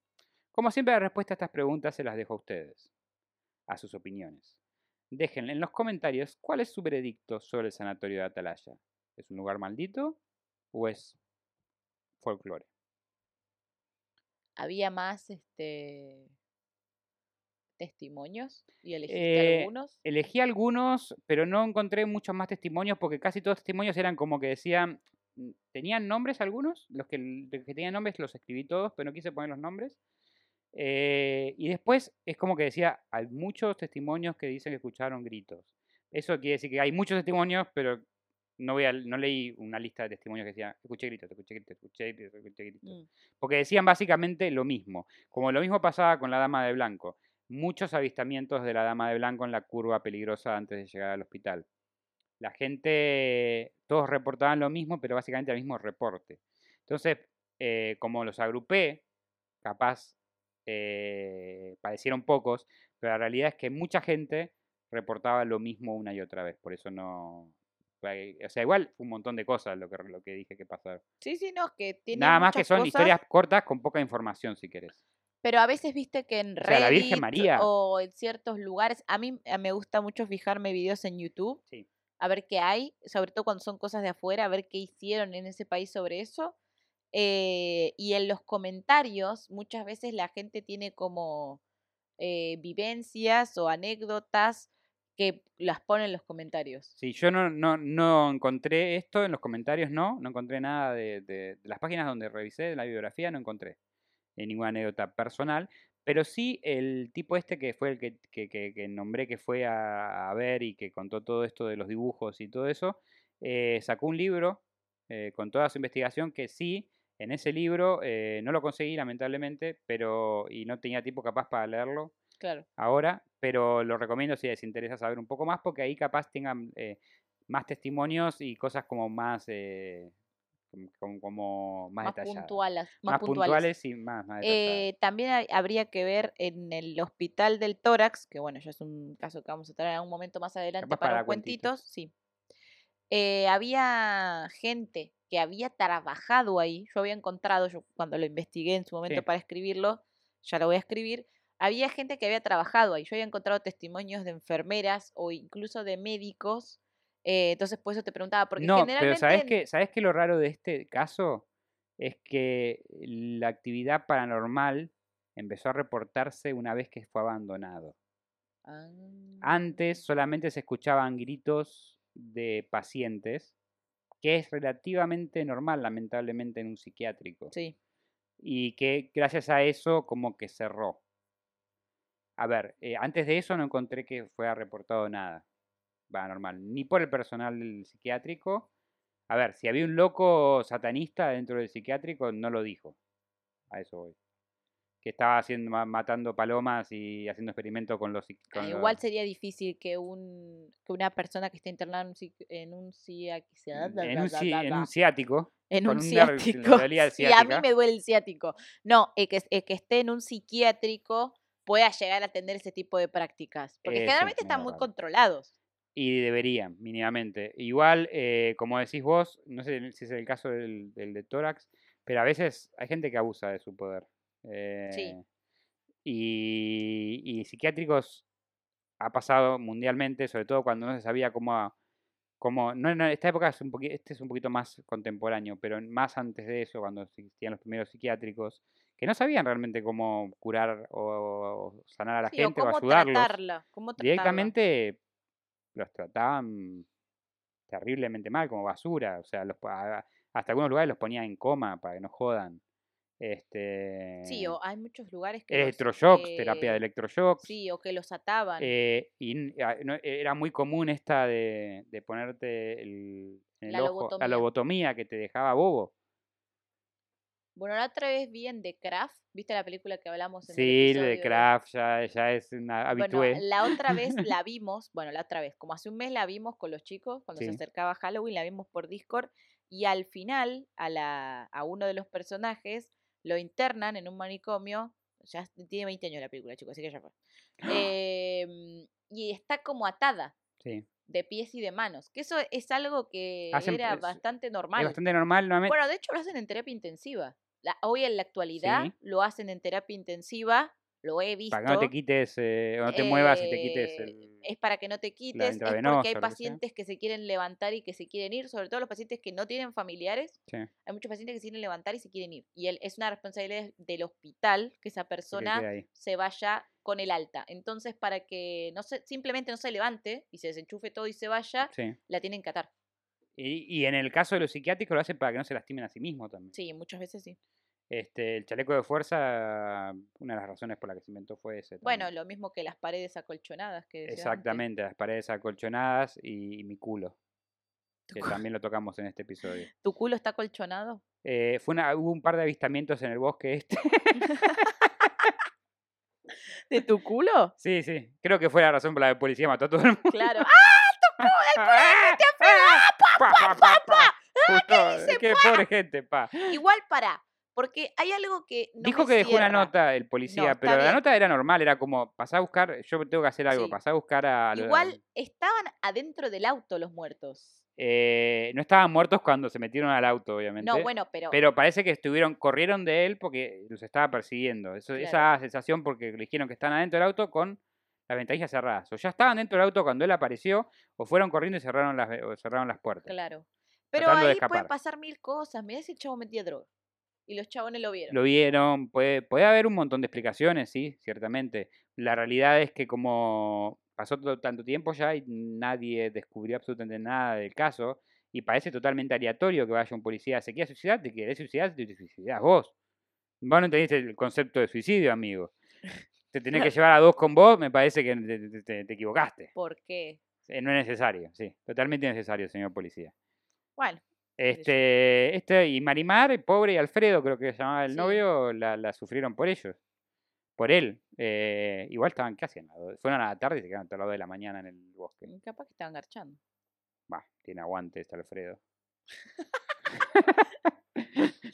Speaker 1: Como siempre, la respuesta a estas preguntas se las dejo a ustedes, a sus opiniones. Dejen en los comentarios cuál es su veredicto sobre el sanatorio de Atalaya. ¿Es un lugar maldito o es folclore?
Speaker 2: había más este testimonios y elegiste
Speaker 1: Eh,
Speaker 2: algunos.
Speaker 1: Elegí algunos, pero no encontré muchos más testimonios porque casi todos los testimonios eran como que decían, mm, tenían nombres algunos, los que, los que tenían nombres los escribí todos, pero no quise poner los nombres. Eh, y después es como que decía, hay muchos testimonios que dicen que escucharon gritos. Eso quiere decir que hay muchos testimonios, pero no, voy a- no leí una lista de testimonios que decían, escuché gritos, escuché gritos, escuché gritos, escuché gritos.
Speaker 2: Mm,
Speaker 1: Porque decían básicamente lo mismo. Como lo mismo pasaba con la dama de blanco. Muchos avistamientos de la dama de blanco en la curva peligrosa antes de llegar al hospital. La gente, todos reportaban lo mismo, pero básicamente el mismo reporte. Entonces, eh, como los agrupé, capaz eh, parecieron pocos, pero la realidad es que mucha gente reportaba lo mismo una y otra vez. Por eso no... eh, O sea, igual fue un montón de cosas lo que, lo que dije que pasaron.
Speaker 2: Sí, sí, no, que tiene
Speaker 1: Nada más que
Speaker 2: muchas
Speaker 1: son
Speaker 2: cosas,
Speaker 1: historias cortas con poca información, si querés.
Speaker 2: Pero a veces viste que en
Speaker 1: sea, la Virgen
Speaker 2: Reddit
Speaker 1: María.
Speaker 2: o en ciertos lugares, a mí eh, me gusta mucho fijarme videos en YouTube,
Speaker 1: Sí.
Speaker 2: a ver qué hay, sobre todo cuando son cosas de afuera, a ver qué hicieron en ese país sobre eso. eh, y en los comentarios muchas veces la gente tiene como eh, vivencias o anécdotas que las pone en los comentarios.
Speaker 1: Sí, yo no, no, no encontré esto en los comentarios, no. No encontré nada de, de- de las páginas donde revisé de la biografía, no encontré eh, ninguna anécdota personal. Pero sí, el tipo este que fue el que, que- que- que nombré que fue a, a ver y que contó todo esto de los dibujos y todo eso, eh, sacó un libro eh, con toda su investigación que sí, en ese libro eh, no lo conseguí lamentablemente, pero y no tenía tiempo capaz para leerlo,
Speaker 2: Claro.
Speaker 1: ahora, pero lo recomiendo si les interesa saber un poco más, porque ahí capaz tengan eh, más testimonios y cosas como más eh, com- com- como más,
Speaker 2: más,
Speaker 1: detalladas.
Speaker 2: puntuales,
Speaker 1: Más, puntuales y más, más detalladas.
Speaker 2: Eh, también hay- habría que ver en el hospital del tórax, que bueno, ya es un caso que vamos a traer en algún momento más adelante
Speaker 1: Capaz
Speaker 2: para,
Speaker 1: para
Speaker 2: un
Speaker 1: cuentito.
Speaker 2: cuentitos, sí. Eh, había gente que había trabajado ahí, yo había encontrado, yo cuando lo investigué en su momento
Speaker 1: Sí.
Speaker 2: para escribirlo, ya lo voy a escribir, había gente que había trabajado ahí, yo había encontrado testimonios de enfermeras o incluso de médicos, eh, entonces por eso te preguntaba, porque
Speaker 1: no, pero
Speaker 2: generalmente...
Speaker 1: ¿sabes
Speaker 2: en-
Speaker 1: qué, ¿sabes qué lo raro de este caso? Es que la actividad paranormal empezó a reportarse una vez que fue abandonado.
Speaker 2: Ah.
Speaker 1: Antes solamente se escuchaban gritos de pacientes, que es relativamente normal, lamentablemente, en un psiquiátrico.
Speaker 2: Sí,
Speaker 1: Y que gracias a eso como que cerró. A ver, eh, antes de eso no encontré que fuera reportado nada paranormal, ni por el personal del psiquiátrico. A ver, si había un loco satanista dentro del psiquiátrico, no lo dijo. A eso voy. Que estaba haciendo, ma- matando palomas y haciendo experimentos con los... psiqui-
Speaker 2: Ah,
Speaker 1: con
Speaker 2: Igual
Speaker 1: los-
Speaker 2: sería difícil que, un, que una persona que esté internada en un, psiqui- en un, psiqui-
Speaker 1: Mm, en un, ci- en un ciático.
Speaker 2: en
Speaker 1: con
Speaker 2: un
Speaker 1: un nervio, si le
Speaker 2: ciático.
Speaker 1: dolía el
Speaker 2: Sí, a mí
Speaker 1: ciática.
Speaker 2: me duele el ciático. No, eh, que, eh, que esté en un psiquiátrico pueda llegar a tener ese tipo de prácticas. Porque
Speaker 1: Eso es
Speaker 2: generalmente están
Speaker 1: medio
Speaker 2: muy
Speaker 1: raro.
Speaker 2: controlados.
Speaker 1: Y deberían, mínimamente. Igual, eh, como decís vos, no sé si es el caso del, del de tórax, pero a veces hay gente que abusa de su poder. eh, y, y psiquiátricos ha pasado mundialmente, sobre todo cuando no se sabía cómo... a- cómo- no, no, esta época es un, poqui- este es un poquito más contemporáneo, pero más antes de eso, cuando existían los primeros psiquiátricos, que no sabían realmente cómo curar o, o sanar a la
Speaker 2: Sí,
Speaker 1: gente
Speaker 2: o
Speaker 1: o,
Speaker 2: cómo
Speaker 1: ayudarlos
Speaker 2: tratarla. cómo tratarla.
Speaker 1: directamente los trataban terriblemente mal, como basura. O sea, los, po- a- hasta algunos lugares los ponían en coma para que no jodan. Este,
Speaker 2: Sí, o hay muchos lugares que. los,
Speaker 1: electroshocks, terapia de
Speaker 2: eh,
Speaker 1: electroshocks.
Speaker 2: Sí, o que los ataban.
Speaker 1: eh, y n- a- no- era muy común esta de, de ponerte el, en el
Speaker 2: La
Speaker 1: ojo la
Speaker 2: lobotomía.
Speaker 1: lobotomía que te dejaba bobo.
Speaker 2: Bueno, la otra vez vi en The Craft, ¿viste la película que hablamos en el
Speaker 1: Sí,
Speaker 2: episodio eh.
Speaker 1: de Kraft ya, ya es una habitué.
Speaker 2: Bueno, la otra vez la vimos, bueno, la otra vez, como hace un mes la vimos con los chicos, cuando
Speaker 1: Sí.
Speaker 2: se acercaba Halloween, la vimos por Discord, y al final a, la, a uno de los personajes lo internan en un manicomio, ya es- tiene 20 años la película, chicos, así que ya fue. Em, y está como atada
Speaker 1: sí.
Speaker 2: de pies y de manos, que eso es algo que
Speaker 1: Hacen-
Speaker 2: era
Speaker 1: es-
Speaker 2: bastante
Speaker 1: Es
Speaker 2: normal.
Speaker 1: bastante normal, nuevamente.
Speaker 2: Bueno, de hecho lo hacen en terapia intensiva. La- hoy en la actualidad
Speaker 1: Sí.
Speaker 2: lo hacen en terapia intensiva, lo he visto
Speaker 1: para que no te quites, eh, o no te muevas y te quites
Speaker 2: eh,
Speaker 1: el...
Speaker 2: es para que no te quites, es porque
Speaker 1: intravenosa o
Speaker 2: hay
Speaker 1: lo que sea.
Speaker 2: pacientes que se quieren levantar y que se quieren ir, sobre todo los pacientes que no tienen familiares.
Speaker 1: Sí.
Speaker 2: Hay muchos pacientes que se quieren levantar y se quieren ir. Y el- es una responsabilidad del hospital que esa
Speaker 1: lo que
Speaker 2: persona
Speaker 1: queda ahí.
Speaker 2: se vaya con el alta. Entonces, para que no se, simplemente no se levante y se desenchufe todo y se vaya,
Speaker 1: Sí.
Speaker 2: la tienen que atar.
Speaker 1: Y, y en el caso de los psiquiátricos lo hacen para que no se lastimen a sí mismos también.
Speaker 2: Sí, muchas veces sí.
Speaker 1: Este, el chaleco de fuerza, una de las razones por la que se inventó fue ese. también.
Speaker 2: Bueno, lo mismo que las paredes acolchonadas que decías antes.
Speaker 1: Exactamente, las paredes acolchonadas y, y mi culo, que también lo tocamos en este episodio.
Speaker 2: ¿Tu culo está acolchonado?
Speaker 1: Eh, fue una- hubo un par de avistamientos en el bosque este.
Speaker 2: ¿De tu culo?
Speaker 1: Sí, sí, creo que fue la razón por la que la policía mató a todo el mundo.
Speaker 2: Claro.
Speaker 1: ¡Ah! ¡Ah! ¡Pa, pa, pa, pa! Justo,
Speaker 2: dice?
Speaker 1: qué pobre gente, pa.
Speaker 2: Igual para, porque hay algo que no
Speaker 1: Dijo
Speaker 2: me
Speaker 1: que dejó una
Speaker 2: cierra.
Speaker 1: nota el policía,
Speaker 2: está
Speaker 1: pero la
Speaker 2: bien.
Speaker 1: nota era normal, era como, pasá a buscar, yo tengo que hacer algo,
Speaker 2: Sí.
Speaker 1: pasá a buscar a... lo-
Speaker 2: Igual estaban adentro del auto los muertos.
Speaker 1: Eh, no estaban muertos cuando se metieron al auto, obviamente.
Speaker 2: No, bueno, pero,
Speaker 1: Pero parece que estuvieron, corrieron de él porque los estaba persiguiendo. Eso,
Speaker 2: Claro.
Speaker 1: Esa sensación porque le dijeron que están adentro del auto con las ventanillas cerradas. O ya estaban dentro del auto cuando él apareció, o fueron corriendo y cerraron las, ve- o cerraron las puertas.
Speaker 2: claro. Pero
Speaker 1: tratando de
Speaker 2: ahí pueden
Speaker 1: escapar.
Speaker 2: pasar mil cosas. Mirá si el chavo metía droga. Y los chavones lo vieron.
Speaker 1: Lo vieron, puede, puede haber un montón de explicaciones, sí, ciertamente. La realidad es que como pasó to- tanto tiempo ya y nadie descubrió absolutamente nada del caso, y parece totalmente aleatorio que vaya un policía, se quiere suicidar, te querés suicidar, te suicidas vos. Vos no entendiste el concepto de suicidio, amigo. Te tenés que llevar a dos con vos, me parece que te- te- te- te equivocaste.
Speaker 2: ¿Por qué?
Speaker 1: Eh, No es necesario, sí, totalmente necesario, señor policía.
Speaker 2: Bueno, yo.
Speaker 1: Este, este y Marimar, el pobre y Alfredo, creo que se llamaba el
Speaker 2: Sí.
Speaker 1: novio, la, la sufrieron por ellos, por él. Eh, igual estaban, ¿qué hacían? A do- Fueron a la tarde y se quedaron hasta las 2 de la mañana en el bosque.
Speaker 2: capaz que estaban garchando.
Speaker 1: Bah, tiene aguante este Alfredo.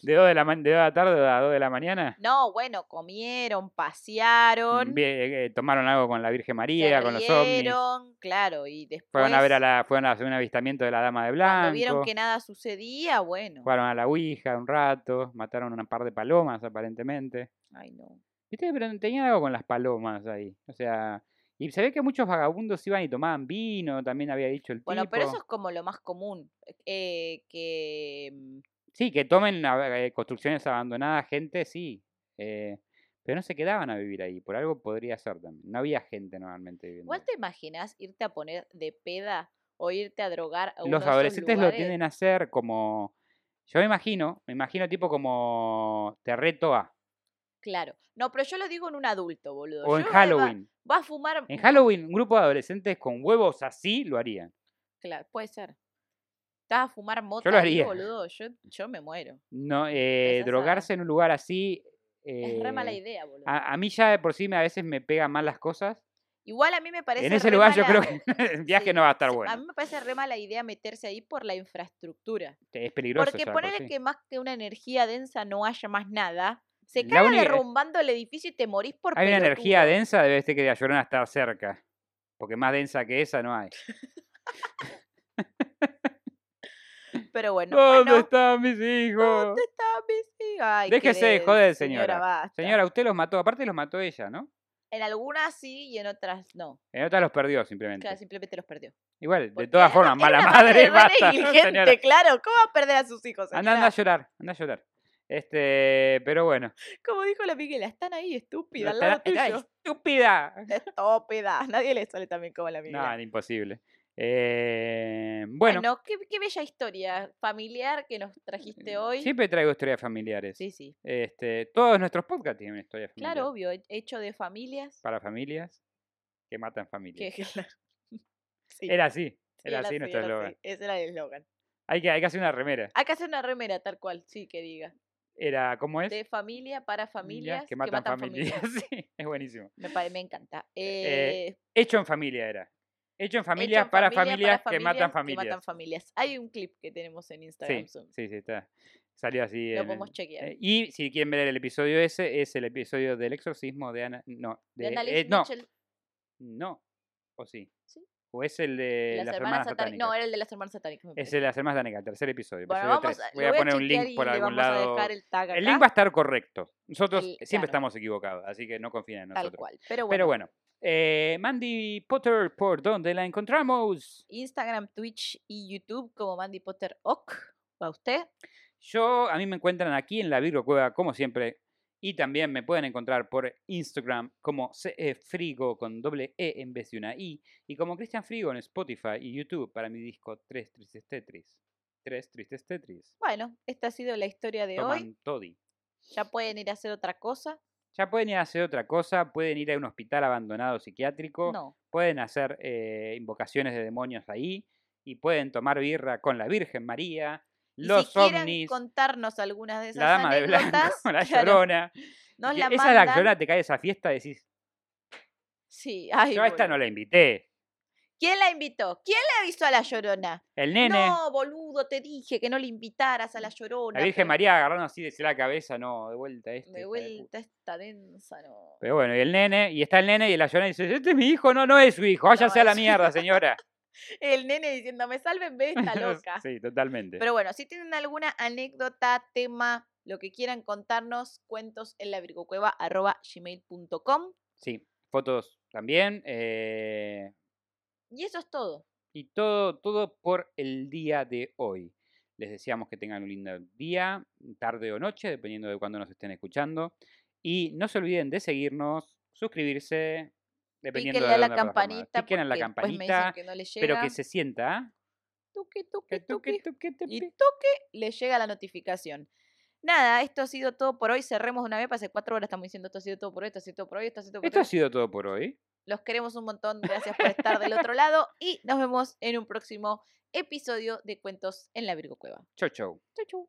Speaker 1: ¿De 2 de la, ma- de dos de la tarde a 2 de la mañana?
Speaker 2: No, bueno, comieron, pasearon,
Speaker 1: Bien, eh, eh, tomaron algo con la Virgen
Speaker 2: se
Speaker 1: María, con los ovnis.
Speaker 2: rieron, claro, y después
Speaker 1: Fueron a ver a la, fueron a hacer un avistamiento de la dama de
Speaker 2: pues. cuando
Speaker 1: blanco.
Speaker 2: vieron que nada sucedía, bueno.
Speaker 1: Jugaron a la Ouija un rato, mataron un par de palomas aparentemente.
Speaker 2: Ay, no.
Speaker 1: Viste, pero tenían algo con las palomas ahí. O sea, y se ve que muchos vagabundos iban y tomaban vino, también había dicho el
Speaker 2: Bueno,
Speaker 1: tipo.
Speaker 2: pero eso es como lo más común, eh, que mm,
Speaker 1: Sí, que tomen a ver, eh, construcciones abandonadas, gente, sí. eh, pero no se quedaban a vivir ahí, por algo podría ser también. No había gente normalmente viviendo. ahí.
Speaker 2: ¿Vos te imaginas irte a poner de peda o irte a drogar a uno de
Speaker 1: Los
Speaker 2: esos
Speaker 1: adolescentes lo
Speaker 2: lugares?
Speaker 1: tienden a hacer como. Yo me imagino, me imagino tipo como te reto a.
Speaker 2: Claro. No, pero yo lo digo en un adulto, boludo.
Speaker 1: O en
Speaker 2: Yo, eh, va-
Speaker 1: Halloween.
Speaker 2: Va, a fumar.
Speaker 1: En Halloween, un grupo de adolescentes con huevos así lo harían.
Speaker 2: Claro, puede ser. Estás a fumar mota
Speaker 1: lo
Speaker 2: ahí,
Speaker 1: haría.
Speaker 2: boludo. Yo, yo me muero.
Speaker 1: No, eh,
Speaker 2: Empezás a-
Speaker 1: drogarse en un lugar así.
Speaker 2: Es re mala
Speaker 1: eh,
Speaker 2: idea, boludo.
Speaker 1: A, a mí ya de por sí me, a veces me pegan mal las cosas.
Speaker 2: Igual a mí me parece.
Speaker 1: en ese
Speaker 2: re
Speaker 1: lugar yo
Speaker 2: mala-
Speaker 1: creo que el viaje
Speaker 2: Sí,
Speaker 1: no va a estar
Speaker 2: sí,
Speaker 1: bueno.
Speaker 2: A mí me parece re mala idea meterse ahí por la infraestructura.
Speaker 1: Es peligroso.
Speaker 2: Porque
Speaker 1: ya de por
Speaker 2: ponele
Speaker 1: sí.
Speaker 2: que más que una energía densa no haya más nada. Se
Speaker 1: La
Speaker 2: caga
Speaker 1: única-
Speaker 2: derrumbando el edificio y te morís por
Speaker 1: Hay una energía
Speaker 2: pelotudo.
Speaker 1: densa, debe ser que la llorona está cerca. Porque más densa que esa no hay.
Speaker 2: Pero bueno,
Speaker 1: ¿Dónde
Speaker 2: bueno,
Speaker 1: están mis hijos?
Speaker 2: pues ¿dónde está mi hija? Ay,
Speaker 1: Déjese de
Speaker 2: querés,
Speaker 1: joder, señora.
Speaker 2: basta.
Speaker 1: Señora, usted los mató. Aparte los mató ella, ¿no?
Speaker 2: En algunas sí y en otras no.
Speaker 1: En otras los perdió simplemente.
Speaker 2: Claro, simplemente los perdió.
Speaker 1: Igual, de
Speaker 2: Porque
Speaker 1: todas
Speaker 2: era-
Speaker 1: formas,
Speaker 2: era
Speaker 1: mala
Speaker 2: una
Speaker 1: madre,
Speaker 2: re
Speaker 1: basta.
Speaker 2: negligente,
Speaker 1: señora.
Speaker 2: claro. ¿Cómo va a perder a sus hijos?
Speaker 1: Anda, anda
Speaker 2: señora?
Speaker 1: a llorar, anda a llorar. Este, pero bueno.
Speaker 2: Como dijo la Miguela, están ahí estúpida, al
Speaker 1: Estará-
Speaker 2: lado
Speaker 1: ¡Ay,
Speaker 2: tuyo.
Speaker 1: ¡Estúpida!
Speaker 2: Estúpida. Nadie le sale también como la Miguela.
Speaker 1: No, era imposible. Eh,
Speaker 2: bueno,
Speaker 1: bueno,
Speaker 2: qué, qué bella historia familiar que nos trajiste hoy.
Speaker 1: Mm, siempre traigo historias familiares.
Speaker 2: sí, sí.
Speaker 1: Este, todos nuestros podcasts tienen historias familiares.
Speaker 2: Claro, obvio, he- hecho de familias.
Speaker 1: Para familias que matan
Speaker 2: Que,
Speaker 1: familias.
Speaker 2: claro. Sí,
Speaker 1: Era así,
Speaker 2: sí,
Speaker 1: era así nuestro
Speaker 2: era
Speaker 1: eslogan.
Speaker 2: así, Ese era el eslogan.
Speaker 1: Hay que, hay que hacer una remera.
Speaker 2: Hay que hacer una remera tal cual, sí, que diga.
Speaker 1: Era, ¿cómo es?
Speaker 2: De familia para familias
Speaker 1: que matan, familias. Sí, es buenísimo.
Speaker 2: Me, pare- me encanta.
Speaker 1: Eh,
Speaker 2: Eh,
Speaker 1: Hecho en familia era. Hecho en familias
Speaker 2: hecho en
Speaker 1: para,
Speaker 2: familia,
Speaker 1: familias que matan
Speaker 2: familias. que
Speaker 1: familias.
Speaker 2: matan familias. Hay un clip que tenemos en Instagram.
Speaker 1: sí,
Speaker 2: Zoom.
Speaker 1: sí, sí, está. Salió así.
Speaker 2: Lo
Speaker 1: en el-
Speaker 2: podemos chequear.
Speaker 1: Eh, y si quieren ver el episodio ese, es el episodio del exorcismo de Ana. No,
Speaker 2: de
Speaker 1: de-
Speaker 2: Ana
Speaker 1: eh,
Speaker 2: Liz
Speaker 1: no,
Speaker 2: Mitchell,
Speaker 1: no. ¿O sí?
Speaker 2: Sí.
Speaker 1: ¿O es el de las, hermanas,
Speaker 2: satánicas.
Speaker 1: satánicas?
Speaker 2: No, era el de las hermanas satánicas. me
Speaker 1: Es
Speaker 2: parece.
Speaker 1: el de las hermanas satánicas, el tercer episodio.
Speaker 2: bueno,
Speaker 1: episodio
Speaker 2: vamos
Speaker 1: tres.
Speaker 2: a,
Speaker 1: Voy
Speaker 2: lo
Speaker 1: a poner un
Speaker 2: chequear
Speaker 1: link
Speaker 2: y
Speaker 1: por
Speaker 2: le
Speaker 1: algún
Speaker 2: vamos
Speaker 1: lado.
Speaker 2: A dejar el tag
Speaker 1: El link
Speaker 2: acá,
Speaker 1: va a estar correcto. Nosotros
Speaker 2: El-
Speaker 1: siempre
Speaker 2: claro.
Speaker 1: estamos equivocados, así que no confíen en
Speaker 2: tal
Speaker 1: nosotros.
Speaker 2: cual. Pero bueno,
Speaker 1: Pero bueno, eh, Mandy Potter, ¿por dónde la encontramos?
Speaker 2: Instagram, Twitch y YouTube como Mandy Potter Oc. ¿Va usted?
Speaker 1: Yo, a mí me encuentran aquí en la Virgo Cueva, como siempre. Y también me pueden encontrar por Instagram como CE Frigo con doble E en vez de una I. Y como Cristian Frigo en Spotify y YouTube para mi disco Tres Tristes Tetris. Tres Tristes Tetris.
Speaker 2: Bueno, esta ha sido la historia de hoy.
Speaker 1: Toman Toddy.
Speaker 2: Ya pueden ir a hacer otra cosa.
Speaker 1: Ya pueden ir a hacer otra cosa, pueden ir a un hospital abandonado psiquiátrico,
Speaker 2: No.
Speaker 1: pueden hacer eh, invocaciones de demonios ahí y pueden tomar birra con la Virgen María,
Speaker 2: Y
Speaker 1: los
Speaker 2: si quieren
Speaker 1: ovnis,
Speaker 2: contarnos algunas de esas
Speaker 1: la dama de blanco,
Speaker 2: anécdotas,
Speaker 1: la
Speaker 2: claro,
Speaker 1: llorona.
Speaker 2: nos
Speaker 1: Que
Speaker 2: la
Speaker 1: esa es la
Speaker 2: mandan.
Speaker 1: llorona te cae de esa fiesta y decís,
Speaker 2: Sí, ay,
Speaker 1: yo a esta
Speaker 2: boludo.
Speaker 1: no la invité.
Speaker 2: ¿Quién la invitó? ¿Quién le avisó a la llorona?
Speaker 1: El nene,
Speaker 2: No, boludo, te dije que no le invitaras a la llorona.
Speaker 1: la Virgen
Speaker 2: pero
Speaker 1: María agarrando así de la cabeza, no, de vuelta este. hija
Speaker 2: De
Speaker 1: de puta.
Speaker 2: vuelta esta densa, no.
Speaker 1: Pero bueno, y el nene, y está el nene y la llorona dice, este es mi hijo, no, no es su hijo, váyase a la
Speaker 2: es-
Speaker 1: mierda, señora.
Speaker 2: El nene diciéndome, sálvenme esta loca.
Speaker 1: sí, totalmente.
Speaker 2: Pero bueno, si tienen alguna anécdota, tema, lo que quieran contarnos, cuentos en la gmail.com.
Speaker 1: Sí, fotos también. eh,
Speaker 2: Y eso es todo.
Speaker 1: y todo, todo por el día de hoy. Les deseamos que tengan un lindo día, tarde o noche, dependiendo de cuándo nos estén escuchando. Y no se olviden de seguirnos, suscribirse, dependiendo
Speaker 2: Píquenle
Speaker 1: de
Speaker 2: a la
Speaker 1: dónde plataforma.
Speaker 2: campanita.
Speaker 1: Píquenle a la
Speaker 2: porque después me dicen
Speaker 1: campanita,
Speaker 2: que no le llega.
Speaker 1: pero que se sienta.
Speaker 2: Tuqui,
Speaker 1: que
Speaker 2: tuqui,
Speaker 1: tuqui,
Speaker 2: tuqui,
Speaker 1: tuqui,
Speaker 2: Y
Speaker 1: tuqui.
Speaker 2: toque, le llega la notificación. Nada, esto ha sido todo por hoy. Cerremos de una vez. Hace cuatro horas estamos diciendo esto ha sido todo por hoy, esto ha sido todo por hoy, esto ha sido todo por
Speaker 1: Esto
Speaker 2: hoy.
Speaker 1: ha sido todo por hoy.
Speaker 2: Los queremos un montón. Gracias por estar del otro lado. Y nos vemos en un próximo episodio de Cuentos en la Virgo Cueva.
Speaker 1: Chau, chau.
Speaker 2: Chau, chau.